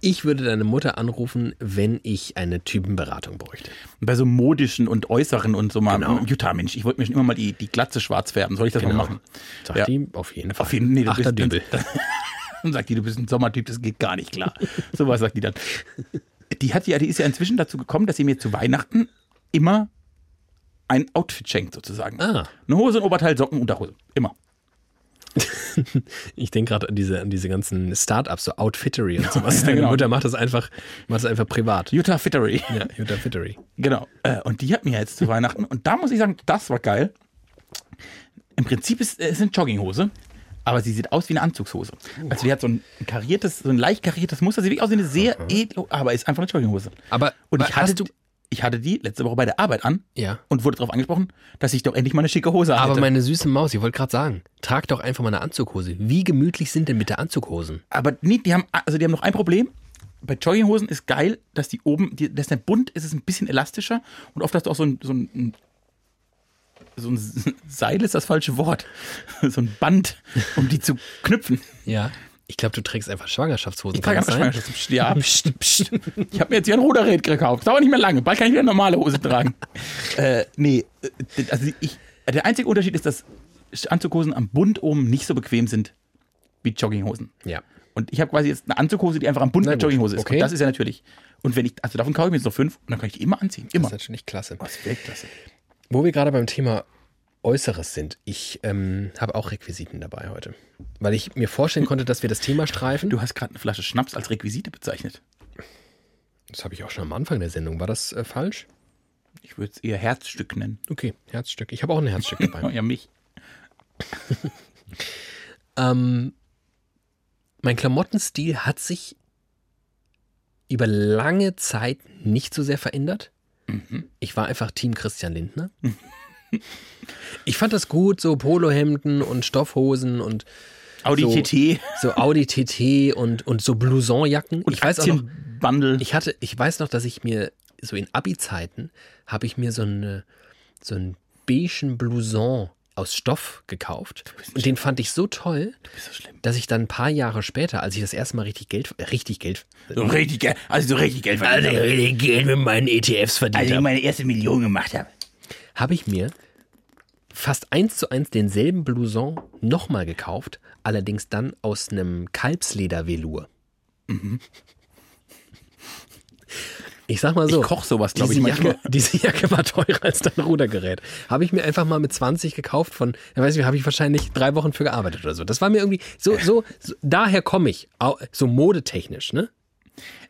Ich würde deine Mutter anrufen, wenn ich eine Typenberatung bräuchte. Bei so modischen und äußeren und so mal, Genau. Jutta, Mensch, ich wollte mir schon immer mal die, die Glatze schwarz färben, soll ich das mal machen? Sagt Ja. die auf jeden Fall. Auf jeden- nee, du bist- Achterdübel. Und sagt die, du bist ein Sommertyp, das geht gar nicht klar. Sowas sagt die dann. Die hat ja, die ist ja inzwischen dazu gekommen, dass sie mir zu Weihnachten immer ein Outfit schenkt, sozusagen. Ah. Eine Hose, ein Oberteil, Socken, Unterhose. Immer. Ich denke gerade an diese, an diese ganzen Startups, so Outfittery und sowas. Ja, Deine genau. Mutter macht das einfach, macht das einfach privat. Utah Fittery. Ja, Jutta Fittery. Genau. Äh, Und die hat mir jetzt zu Weihnachten. Und da muss ich sagen, das war geil. Im Prinzip ist äh, es eine Jogginghose, aber sie sieht aus wie eine Anzugshose. Also die hat so ein kariertes, so ein leicht kariertes Muster. Sie sieht aus wie eine sehr edle, aber ist einfach eine Jogginghose. Aber Und ich hatte, hast du, ich hatte die letzte Woche bei der Arbeit an Ja. und wurde darauf angesprochen, dass ich doch endlich mal eine schicke Hose aber hatte. meine süße Maus, ich wollte gerade sagen, trag doch einfach mal eine Anzughose. Wie gemütlich sind denn bitte Anzughosen? aber nee, die haben, also die haben noch ein Problem. Bei Jogginghosen ist geil, dass die oben, die, dass der Bund ist, ist ein bisschen elastischer und oft hast du auch so ein, so ein so ein Seil ist das falsche Wort. So ein Band, um die zu knüpfen. Ja. Ich glaube, du trägst einfach Schwangerschaftshosen. Ich trage Kann einfach das sein? Schwangerschafts- Ja, pst, pst. Ich habe mir jetzt hier ein Ruderrad gekauft. Dauert nicht mehr lange. Bald kann ich wieder normale Hose tragen. äh, nee, äh, also ich, der einzige Unterschied ist, dass Anzughosen am Bund oben nicht so bequem sind wie Jogginghosen. Ja. Und ich habe quasi jetzt eine Anzughose, die einfach am Bund Na eine gut, Jogginghose ist. okay. Und das ist ja natürlich. Und wenn ich, also davon kaufe ich mir jetzt noch fünf und dann kann ich die immer anziehen. Immer. Das ist natürlich klasse. ist Weltklasse. Wo wir gerade beim Thema Äußeres sind, ich ähm, habe auch Requisiten dabei heute. Weil ich mir vorstellen konnte, dass wir das Thema streifen. Du hast gerade eine Flasche Schnaps als Requisite bezeichnet. Das habe ich auch schon am Anfang der Sendung. War das äh, falsch? Ich würde es eher Herzstück nennen. Okay, Herzstück. Ich habe auch ein Herzstück dabei. Ja, mich. Ähm, mein Klamottenstil hat sich über lange Zeit nicht so sehr verändert. Ich war einfach Team Christian Lindner. ich fand das gut, so Polohemden und Stoffhosen und Audi So. TT so Audi TT und, und so Blousonjacken. und ich weiß auch noch, Aktienbundle. ich hatte, ich weiß noch, dass ich mir so in Abi-Zeiten habe ich mir so eine so einen beigen Blouson aus Stoff gekauft und den fand ich so toll, ist so schlimm. dass ich dann ein paar Jahre später, als ich das erste Mal richtig Geld, äh, richtig Geld, So richtig Geld. Also so richtig Geld verdient. habe. richtig Geld mit meinen ETFs verdient habe, meine erste Million gemacht habe. habe ich mir fast eins zu eins denselben Blouson nochmal gekauft, allerdings dann aus einem Kalbsleder-Velour. Mhm. Ich sag mal so. Ich koch sowas, glaub diese ich, manchmal. Jacke, diese Jacke war teurer als dein Rudergerät. Habe ich mir einfach mal mit 20 gekauft von, ja, weiß nicht, habe ich wahrscheinlich drei Wochen für gearbeitet oder so. Das war mir irgendwie, so, so, so daher komme ich, au- so modetechnisch, ne?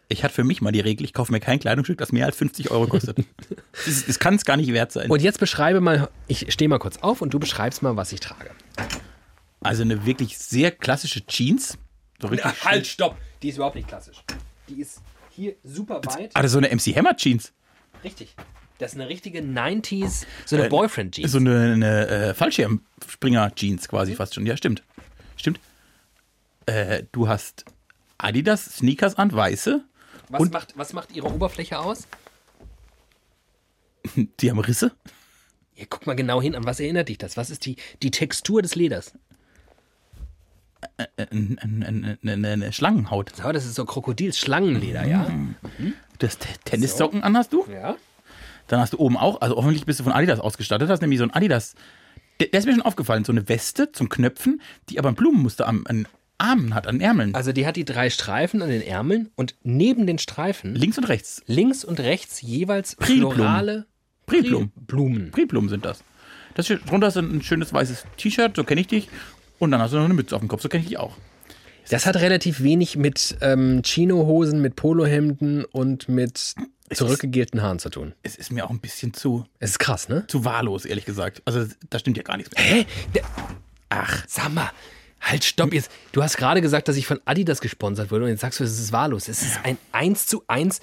Ich hatte für mich mal die Regel, ich kaufe mir kein Kleidungsstück, das mehr als 50 Euro kostet. das das kann es gar nicht wert sein. Und jetzt beschreibe mal, ich stehe mal kurz auf und du beschreibst mal, was ich trage. also eine wirklich sehr klassische Jeans. So richtig schön. halt, stopp! Die ist überhaupt nicht klassisch. Die ist hier super weit. Ah, das ist so eine MC Hammer Jeans. Richtig. Das ist eine richtige 90s, Äh, so eine Boyfriend-Jeans. So eine, eine äh, Fallschirmspringer-Jeans quasi fast schon. Ja, stimmt. Stimmt. Äh, du hast Adidas Sneakers an, weiße. was, macht, was macht ihre Oberfläche aus? Die haben Risse. Ja, guck mal genau hin, an was erinnert dich das? Was ist die, die Textur des Leders? Eine, eine, eine, eine Schlangenhaut. So, das ist so Krokodils-Schlangenleder, ja? Du hast T- Tennissocken an, hast du? Mhm. Ja. Dann hast du oben auch, also hoffentlich bist du von Adidas ausgestattet, hast nämlich so ein Adidas. Der, der ist mir schon aufgefallen, so eine Weste zum Knöpfen, die aber ein Blumenmuster am, an Armen hat, an Ärmeln. Also die hat die drei Streifen an den Ärmeln und neben den Streifen Links und rechts. links und rechts jeweils Prilblumen. florale Prilblumen. Blumen. Prieblumen sind das. das hier, drunter ist ein ein schönes weißes T-Shirt, so kenne ich dich. Und dann hast du noch eine Mütze auf dem Kopf, so kenne ich dich auch. Das hat relativ wenig mit ähm, Chinohosen, mit Polohemden und mit zurückgegelten Haaren zu tun. Es ist mir auch ein bisschen zu, Es ist krass, ne? zu wahllos, ehrlich gesagt. Also da stimmt ja gar nichts mehr. Hä? Der- Ach, sag mal. Halt, stopp jetzt. Du hast gerade gesagt, dass ich von Adidas gesponsert wurde und jetzt sagst du, es ist wahllos. Es ist ein 1 zu 1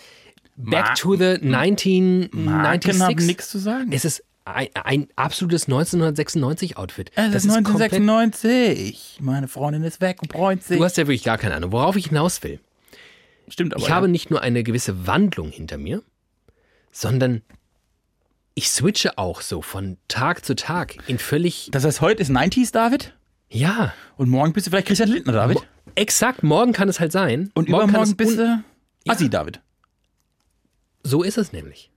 Back Marken- to the Marken haben 1996. nichts zu sagen. Es ist ein, ein absolutes 1996-Outfit. es Äh, ist 1996. Meine Freundin ist weg und freut sich. Du hast ja wirklich gar keine Ahnung, worauf ich hinaus will. stimmt aber. Ich ja. habe nicht nur eine gewisse Wandlung hinter mir, sondern ich switche auch so von Tag zu Tag in völlig, das heißt, heute ist 90s, David. ja, Und morgen bist du vielleicht Christian Lindner, David. exakt, morgen kann es halt sein. Und kann es übermorgen bist un- du Assi, David. So ist es nämlich.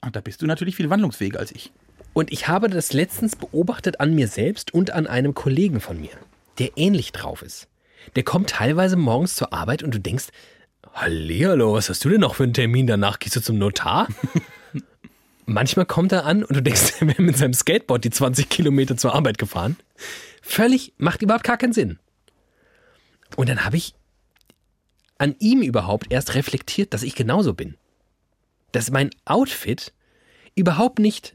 Ah, da bist du natürlich viel wandlungsfähiger als ich. Und ich habe das letztens beobachtet an mir selbst und an einem Kollegen von mir, der ähnlich drauf ist. Der kommt teilweise morgens zur Arbeit und du denkst, Hallihallo, was hast du denn noch für einen Termin? Danach gehst du zum Notar? Manchmal kommt er an und du denkst, er wäre mit seinem Skateboard die 20 Kilometer zur Arbeit gefahren. Völlig, macht überhaupt gar keinen Sinn. Und dann habe ich an ihm überhaupt erst reflektiert, dass ich genauso bin. Dass mein Outfit überhaupt nicht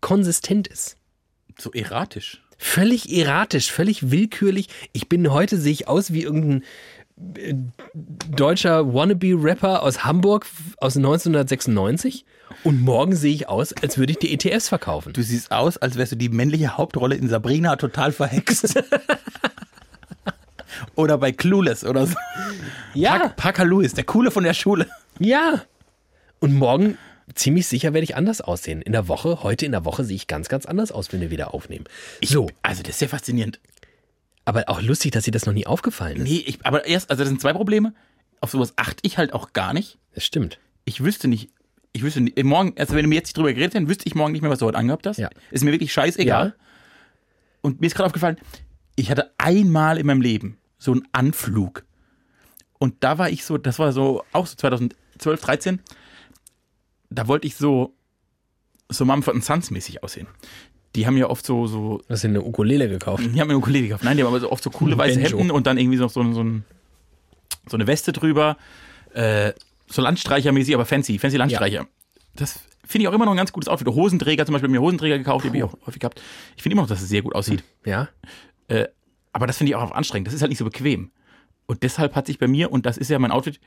konsistent ist. So erratisch. Völlig erratisch, völlig willkürlich. Ich bin heute, sehe ich aus wie irgendein äh, deutscher Wannabe-Rapper aus Hamburg f- aus 1996 und morgen sehe ich aus, als würde ich die ETFs verkaufen. Du siehst aus, als wärst du die männliche Hauptrolle in Sabrina total verhext. oder bei Clueless oder so. ja, Parker Lewis, der Coole von der Schule. ja. Und morgen ziemlich sicher werde ich anders aussehen. In der Woche, heute in der Woche sehe ich ganz, ganz anders aus, wenn wir wieder aufnehmen. So, Also, das ist ja faszinierend. aber auch lustig, dass dir das noch nie aufgefallen ist. Nee, ich, aber erst, also, das sind zwei Probleme. Auf sowas achte ich halt auch gar nicht. Das stimmt. Ich wüsste nicht, ich wüsste nicht, morgen, also, wenn du mir jetzt nicht drüber geredet hättest, wüsste ich morgen nicht mehr, was du heute angehabt hast. Ja. Ist mir wirklich scheißegal. Ja. Und mir ist gerade aufgefallen, ich hatte einmal in meinem Leben so einen Anflug. Und da war ich so, das war so auch so 2012, 13. Da wollte ich so, so Mumford Sons mäßig aussehen. Die haben ja oft so, so, Du hast dir eine Ukulele gekauft. die haben mir einen Kollegen gekauft. Nein, die haben aber so oft so coole weiße Banjo. Hemden und dann irgendwie noch so, ein- so, ein, so eine Weste drüber. Äh, so Landstreichermäßig, aber fancy, fancy Landstreicher. Das finde ich auch immer noch ein ganz gutes Outfit. Hosenträger zum Beispiel, mir Hosenträger gekauft, die habe ich auch häufig gehabt. Ich finde immer noch, dass es sehr gut aussieht. Ja? Aber das finde ich auch anstrengend. Das ist halt nicht so bequem. Und deshalb hat sich bei mir, und das ist ja mein Outfit,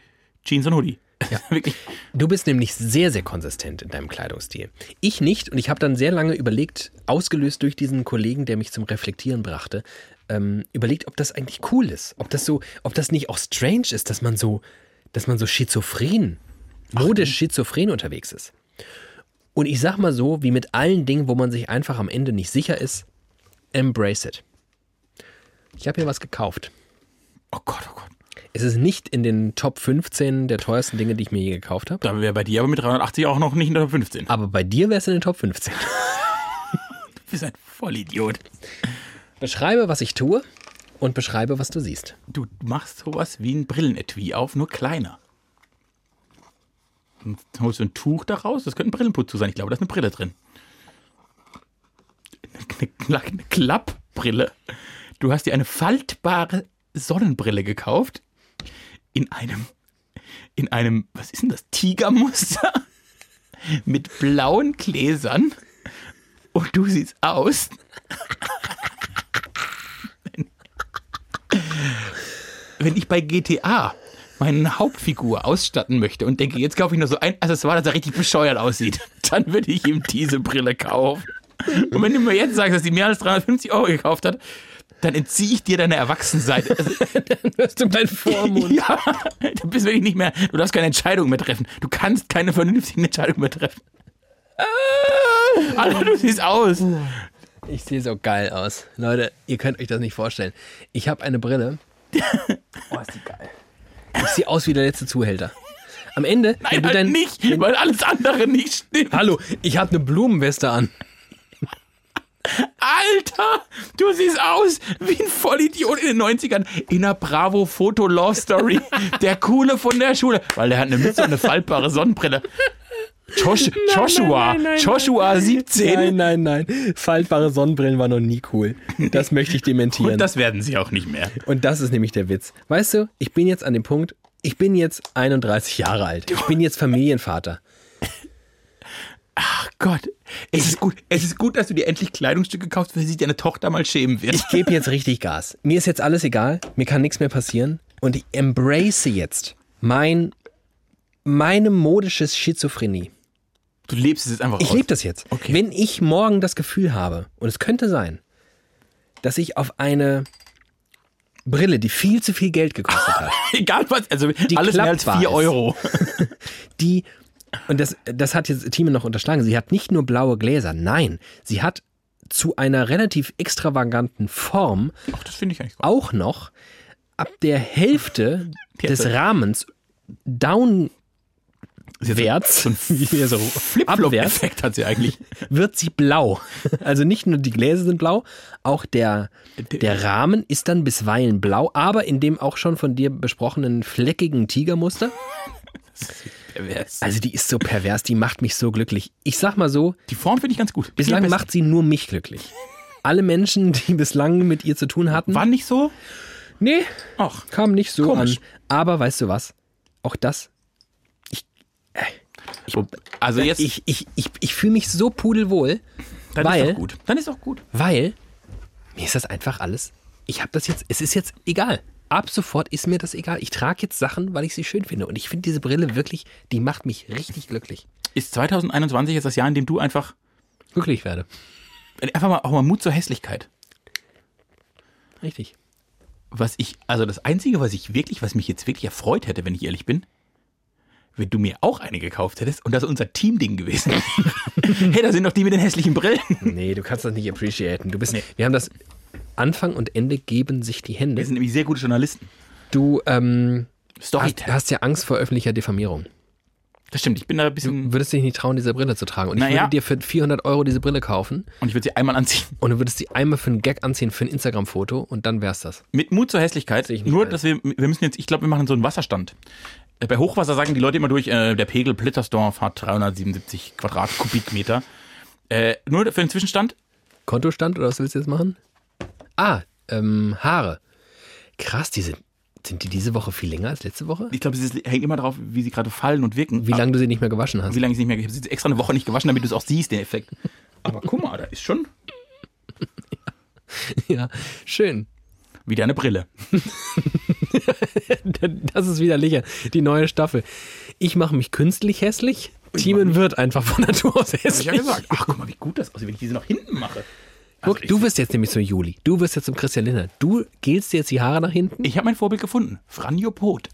Jeans und Hoodie. Ja. Wirklich. Du bist nämlich sehr, sehr konsistent in deinem Kleidungsstil. Ich nicht und ich habe dann sehr lange überlegt, ausgelöst durch diesen Kollegen, der mich zum Reflektieren brachte, ähm, überlegt, ob das eigentlich cool ist, ob das so, ob das nicht auch strange ist, dass man so, dass man so schizophren, modisch schizophren unterwegs ist. Und ich sag mal so, wie mit allen Dingen, wo man sich einfach am Ende nicht sicher ist, embrace it. Ich habe hier was gekauft. Oh Gott, oh Gott. Es ist nicht in den Top 15 der teuersten Dinge, die ich mir je gekauft habe. Da wäre bei dir aber mit 380 auch noch nicht in der Top 15. Aber bei dir wär's in den Top 15. Du bist ein Vollidiot. Beschreibe, was ich tue und beschreibe, was du siehst. Du machst sowas wie ein Brillenetui auf, nur kleiner. Und holst du ein Tuch daraus? Das könnte ein Brillenputz sein. Ich glaube, da ist eine Brille drin. Eine, Kla- eine Klappbrille. Du hast dir eine faltbare Sonnenbrille gekauft. In einem, in einem, was ist denn das, Tigermuster mit blauen Gläsern und du siehst aus. Wenn ich bei GTA meine Hauptfigur ausstatten möchte und denke, jetzt kaufe ich noch so ein Accessoire, dass er richtig bescheuert aussieht, dann würde ich ihm diese Brille kaufen. Und wenn du mir jetzt sagst, dass die mehr als 350 Euro gekauft hat, dann entziehe ich dir deine Erwachsenseite. Also, Hörst du mein Vormund? ja, du bist wirklich nicht mehr, du darfst keine Entscheidung mehr treffen. Du kannst keine vernünftigen Entscheidungen mehr treffen. Alter, du siehst aus. Ich sehe so geil aus. Leute, ihr könnt euch das nicht vorstellen. Ich habe eine Brille. Oh, ist die geil. Ich sehe aus wie der letzte Zuhälter. Am Ende, Nein, halt nicht, weil alles andere nicht stimmt. Hallo, ich habe eine Blumenweste an. Alter, du siehst aus wie ein Vollidiot in den 90ern in einer Bravo Foto Law Story. Der Coole von der Schule, weil der hat eine Mütze und eine faltbare Sonnenbrille. Josh, Joshua, nein, nein, nein. Joshua 17. Nein, nein, nein. Faltbare Sonnenbrillen war noch nie cool. Das möchte ich dementieren. Und das werden sie auch nicht mehr. Und das ist nämlich der Witz. Weißt du, ich bin jetzt an dem Punkt, ich bin jetzt 31 Jahre alt. Ich bin jetzt Familienvater. Ach Gott, es ist gut, es ist gut, dass du dir endlich Kleidungsstücke kaufst, weil sich deine Tochter mal schämen wird. Ich gebe jetzt richtig Gas. Mir ist jetzt alles egal. Mir kann nichts mehr passieren. Und ich embrace jetzt mein, meine modisches Schizophrenie. Du lebst es jetzt einfach Ich aus. lebe das jetzt. Okay. Wenn ich morgen das Gefühl habe, und es könnte sein, dass ich auf eine Brille, die viel zu viel Geld gekostet hat, Egal was, also alles mehr als Klappbar 4 ist. Euro. die, und das, das hat jetzt Thieme noch unterschlagen, sie hat nicht nur blaue Gläser, nein, sie hat zu einer relativ extravaganten Form Ach, das finde ich eigentlich gut. auch noch ab der Hälfte des Jetzt. Rahmens downwärts, Wärts. So ein wie so abwärts, Flip-Flop-Effekt hat sie eigentlich. wird sie blau. Also nicht nur die Gläser sind blau, auch der, der Rahmen ist dann bisweilen blau, aber in dem auch schon von dir besprochenen fleckigen Tigermuster. Pervers. Also die ist so pervers, die macht mich so glücklich. Ich sag mal so, Die Form finde ich ganz gut. bislang Viel besser. macht sie nur mich glücklich. Alle Menschen, die bislang mit ihr zu tun hatten, War nicht so? nee, Ach, kam nicht so Komisch. an. Aber weißt du was? Auch das, also jetzt, ich, ich, ich, ich fühle mich so pudelwohl, dann ist weil- doch gut. Dann ist doch gut. weil mir ist das einfach alles, ich habe das jetzt, es ist jetzt egal. Ab sofort ist mir das egal. Ich trage jetzt Sachen, weil ich sie schön finde. Und ich finde diese Brille wirklich, die macht mich richtig glücklich. Ist 2021 jetzt das Jahr, in dem du einfach, Glücklich werde. einfach mal, auch mal Mut zur Hässlichkeit. Richtig. Was ich, also das Einzige, was ich wirklich, was mich jetzt wirklich erfreut hätte, wenn ich ehrlich bin, wenn du mir auch eine gekauft hättest und das unser Teamding gewesen wäre. hey, da sind doch die mit den hässlichen Brillen. Nee, du kannst das nicht appreciaten. Du bist, wir haben das, Anfang und Ende geben sich die Wir Hände. sind nämlich sehr gute Journalisten. Du ähm, hast, Storytelling. hast ja Angst vor öffentlicher Diffamierung. Das stimmt, ich bin da ein bisschen. Würdest dich nicht trauen, diese Brille zu tragen. Und ich Naja. würde dir für 400 Euro diese Brille kaufen Und ich würde sie einmal anziehen. und du würdest sie einmal für einen Gag anziehen, für ein Instagram-Foto und dann wär's das. Mit Mut zur Hässlichkeit. Sehe ich nicht Nur, ein. dass wir, wir müssen jetzt, ich glaube, wir machen so einen Wasserstand. Äh, Bei Hochwasser sagen die Leute immer durch, äh, der Pegel Plittersdorf hat 377 Quadratkubikmeter. Äh, nur für den Zwischenstand, Kontostand oder was willst du jetzt machen? Ah, ähm, Haare. Krass, die sind, sind die diese Woche viel länger als letzte Woche? ich glaube, es ist- hängt immer darauf, wie sie gerade fallen und wirken. Wie lange du sie nicht mehr gewaschen Wie hast. lange ich es nicht mehr. Ich habe es jetzt extra eine Woche nicht gewaschen, damit du es auch siehst, den Effekt. Aber guck mal, da ist schon Ja, schön. wieder eine Brille. Das ist wieder lächer. Die neue Staffel. Ich mache mich künstlich hässlich. Timon wird einfach von Natur aus hässlich. Ach, guck mal, wie gut das aussieht, wenn ich diese nach hinten mache. Guck, du wirst jetzt nämlich zum Juli. Du wirst jetzt zum Christian Lindner. Du gelst dir jetzt die Haare nach hinten. Ich habe mein Vorbild gefunden. Franjo Pot.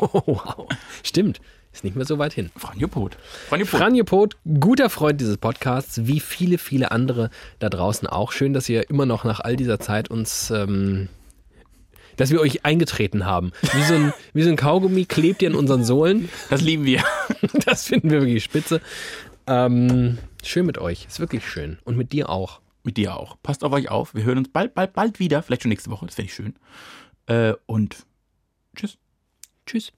Oh, wow. Stimmt. Ist nicht mehr so weit hin. Franjo Pot. Franjo Pot. Franje Pot, guter Freund dieses Podcasts, wie viele, viele andere da draußen auch. Schön, dass ihr immer noch nach all dieser Zeit uns, ähm, dass wir euch eingetreten haben. Wie so ein, wie so ein Kaugummi klebt ihr an unseren Sohlen. das lieben wir. Das finden wir wirklich spitze. Ähm, schön mit euch. Ist wirklich schön. Und mit dir auch. Mit dir auch. Passt auf euch auf. Wir hören uns bald, bald, bald wieder. Vielleicht schon nächste Woche. Das fände ich schön. Äh, und tschüss. Tschüss.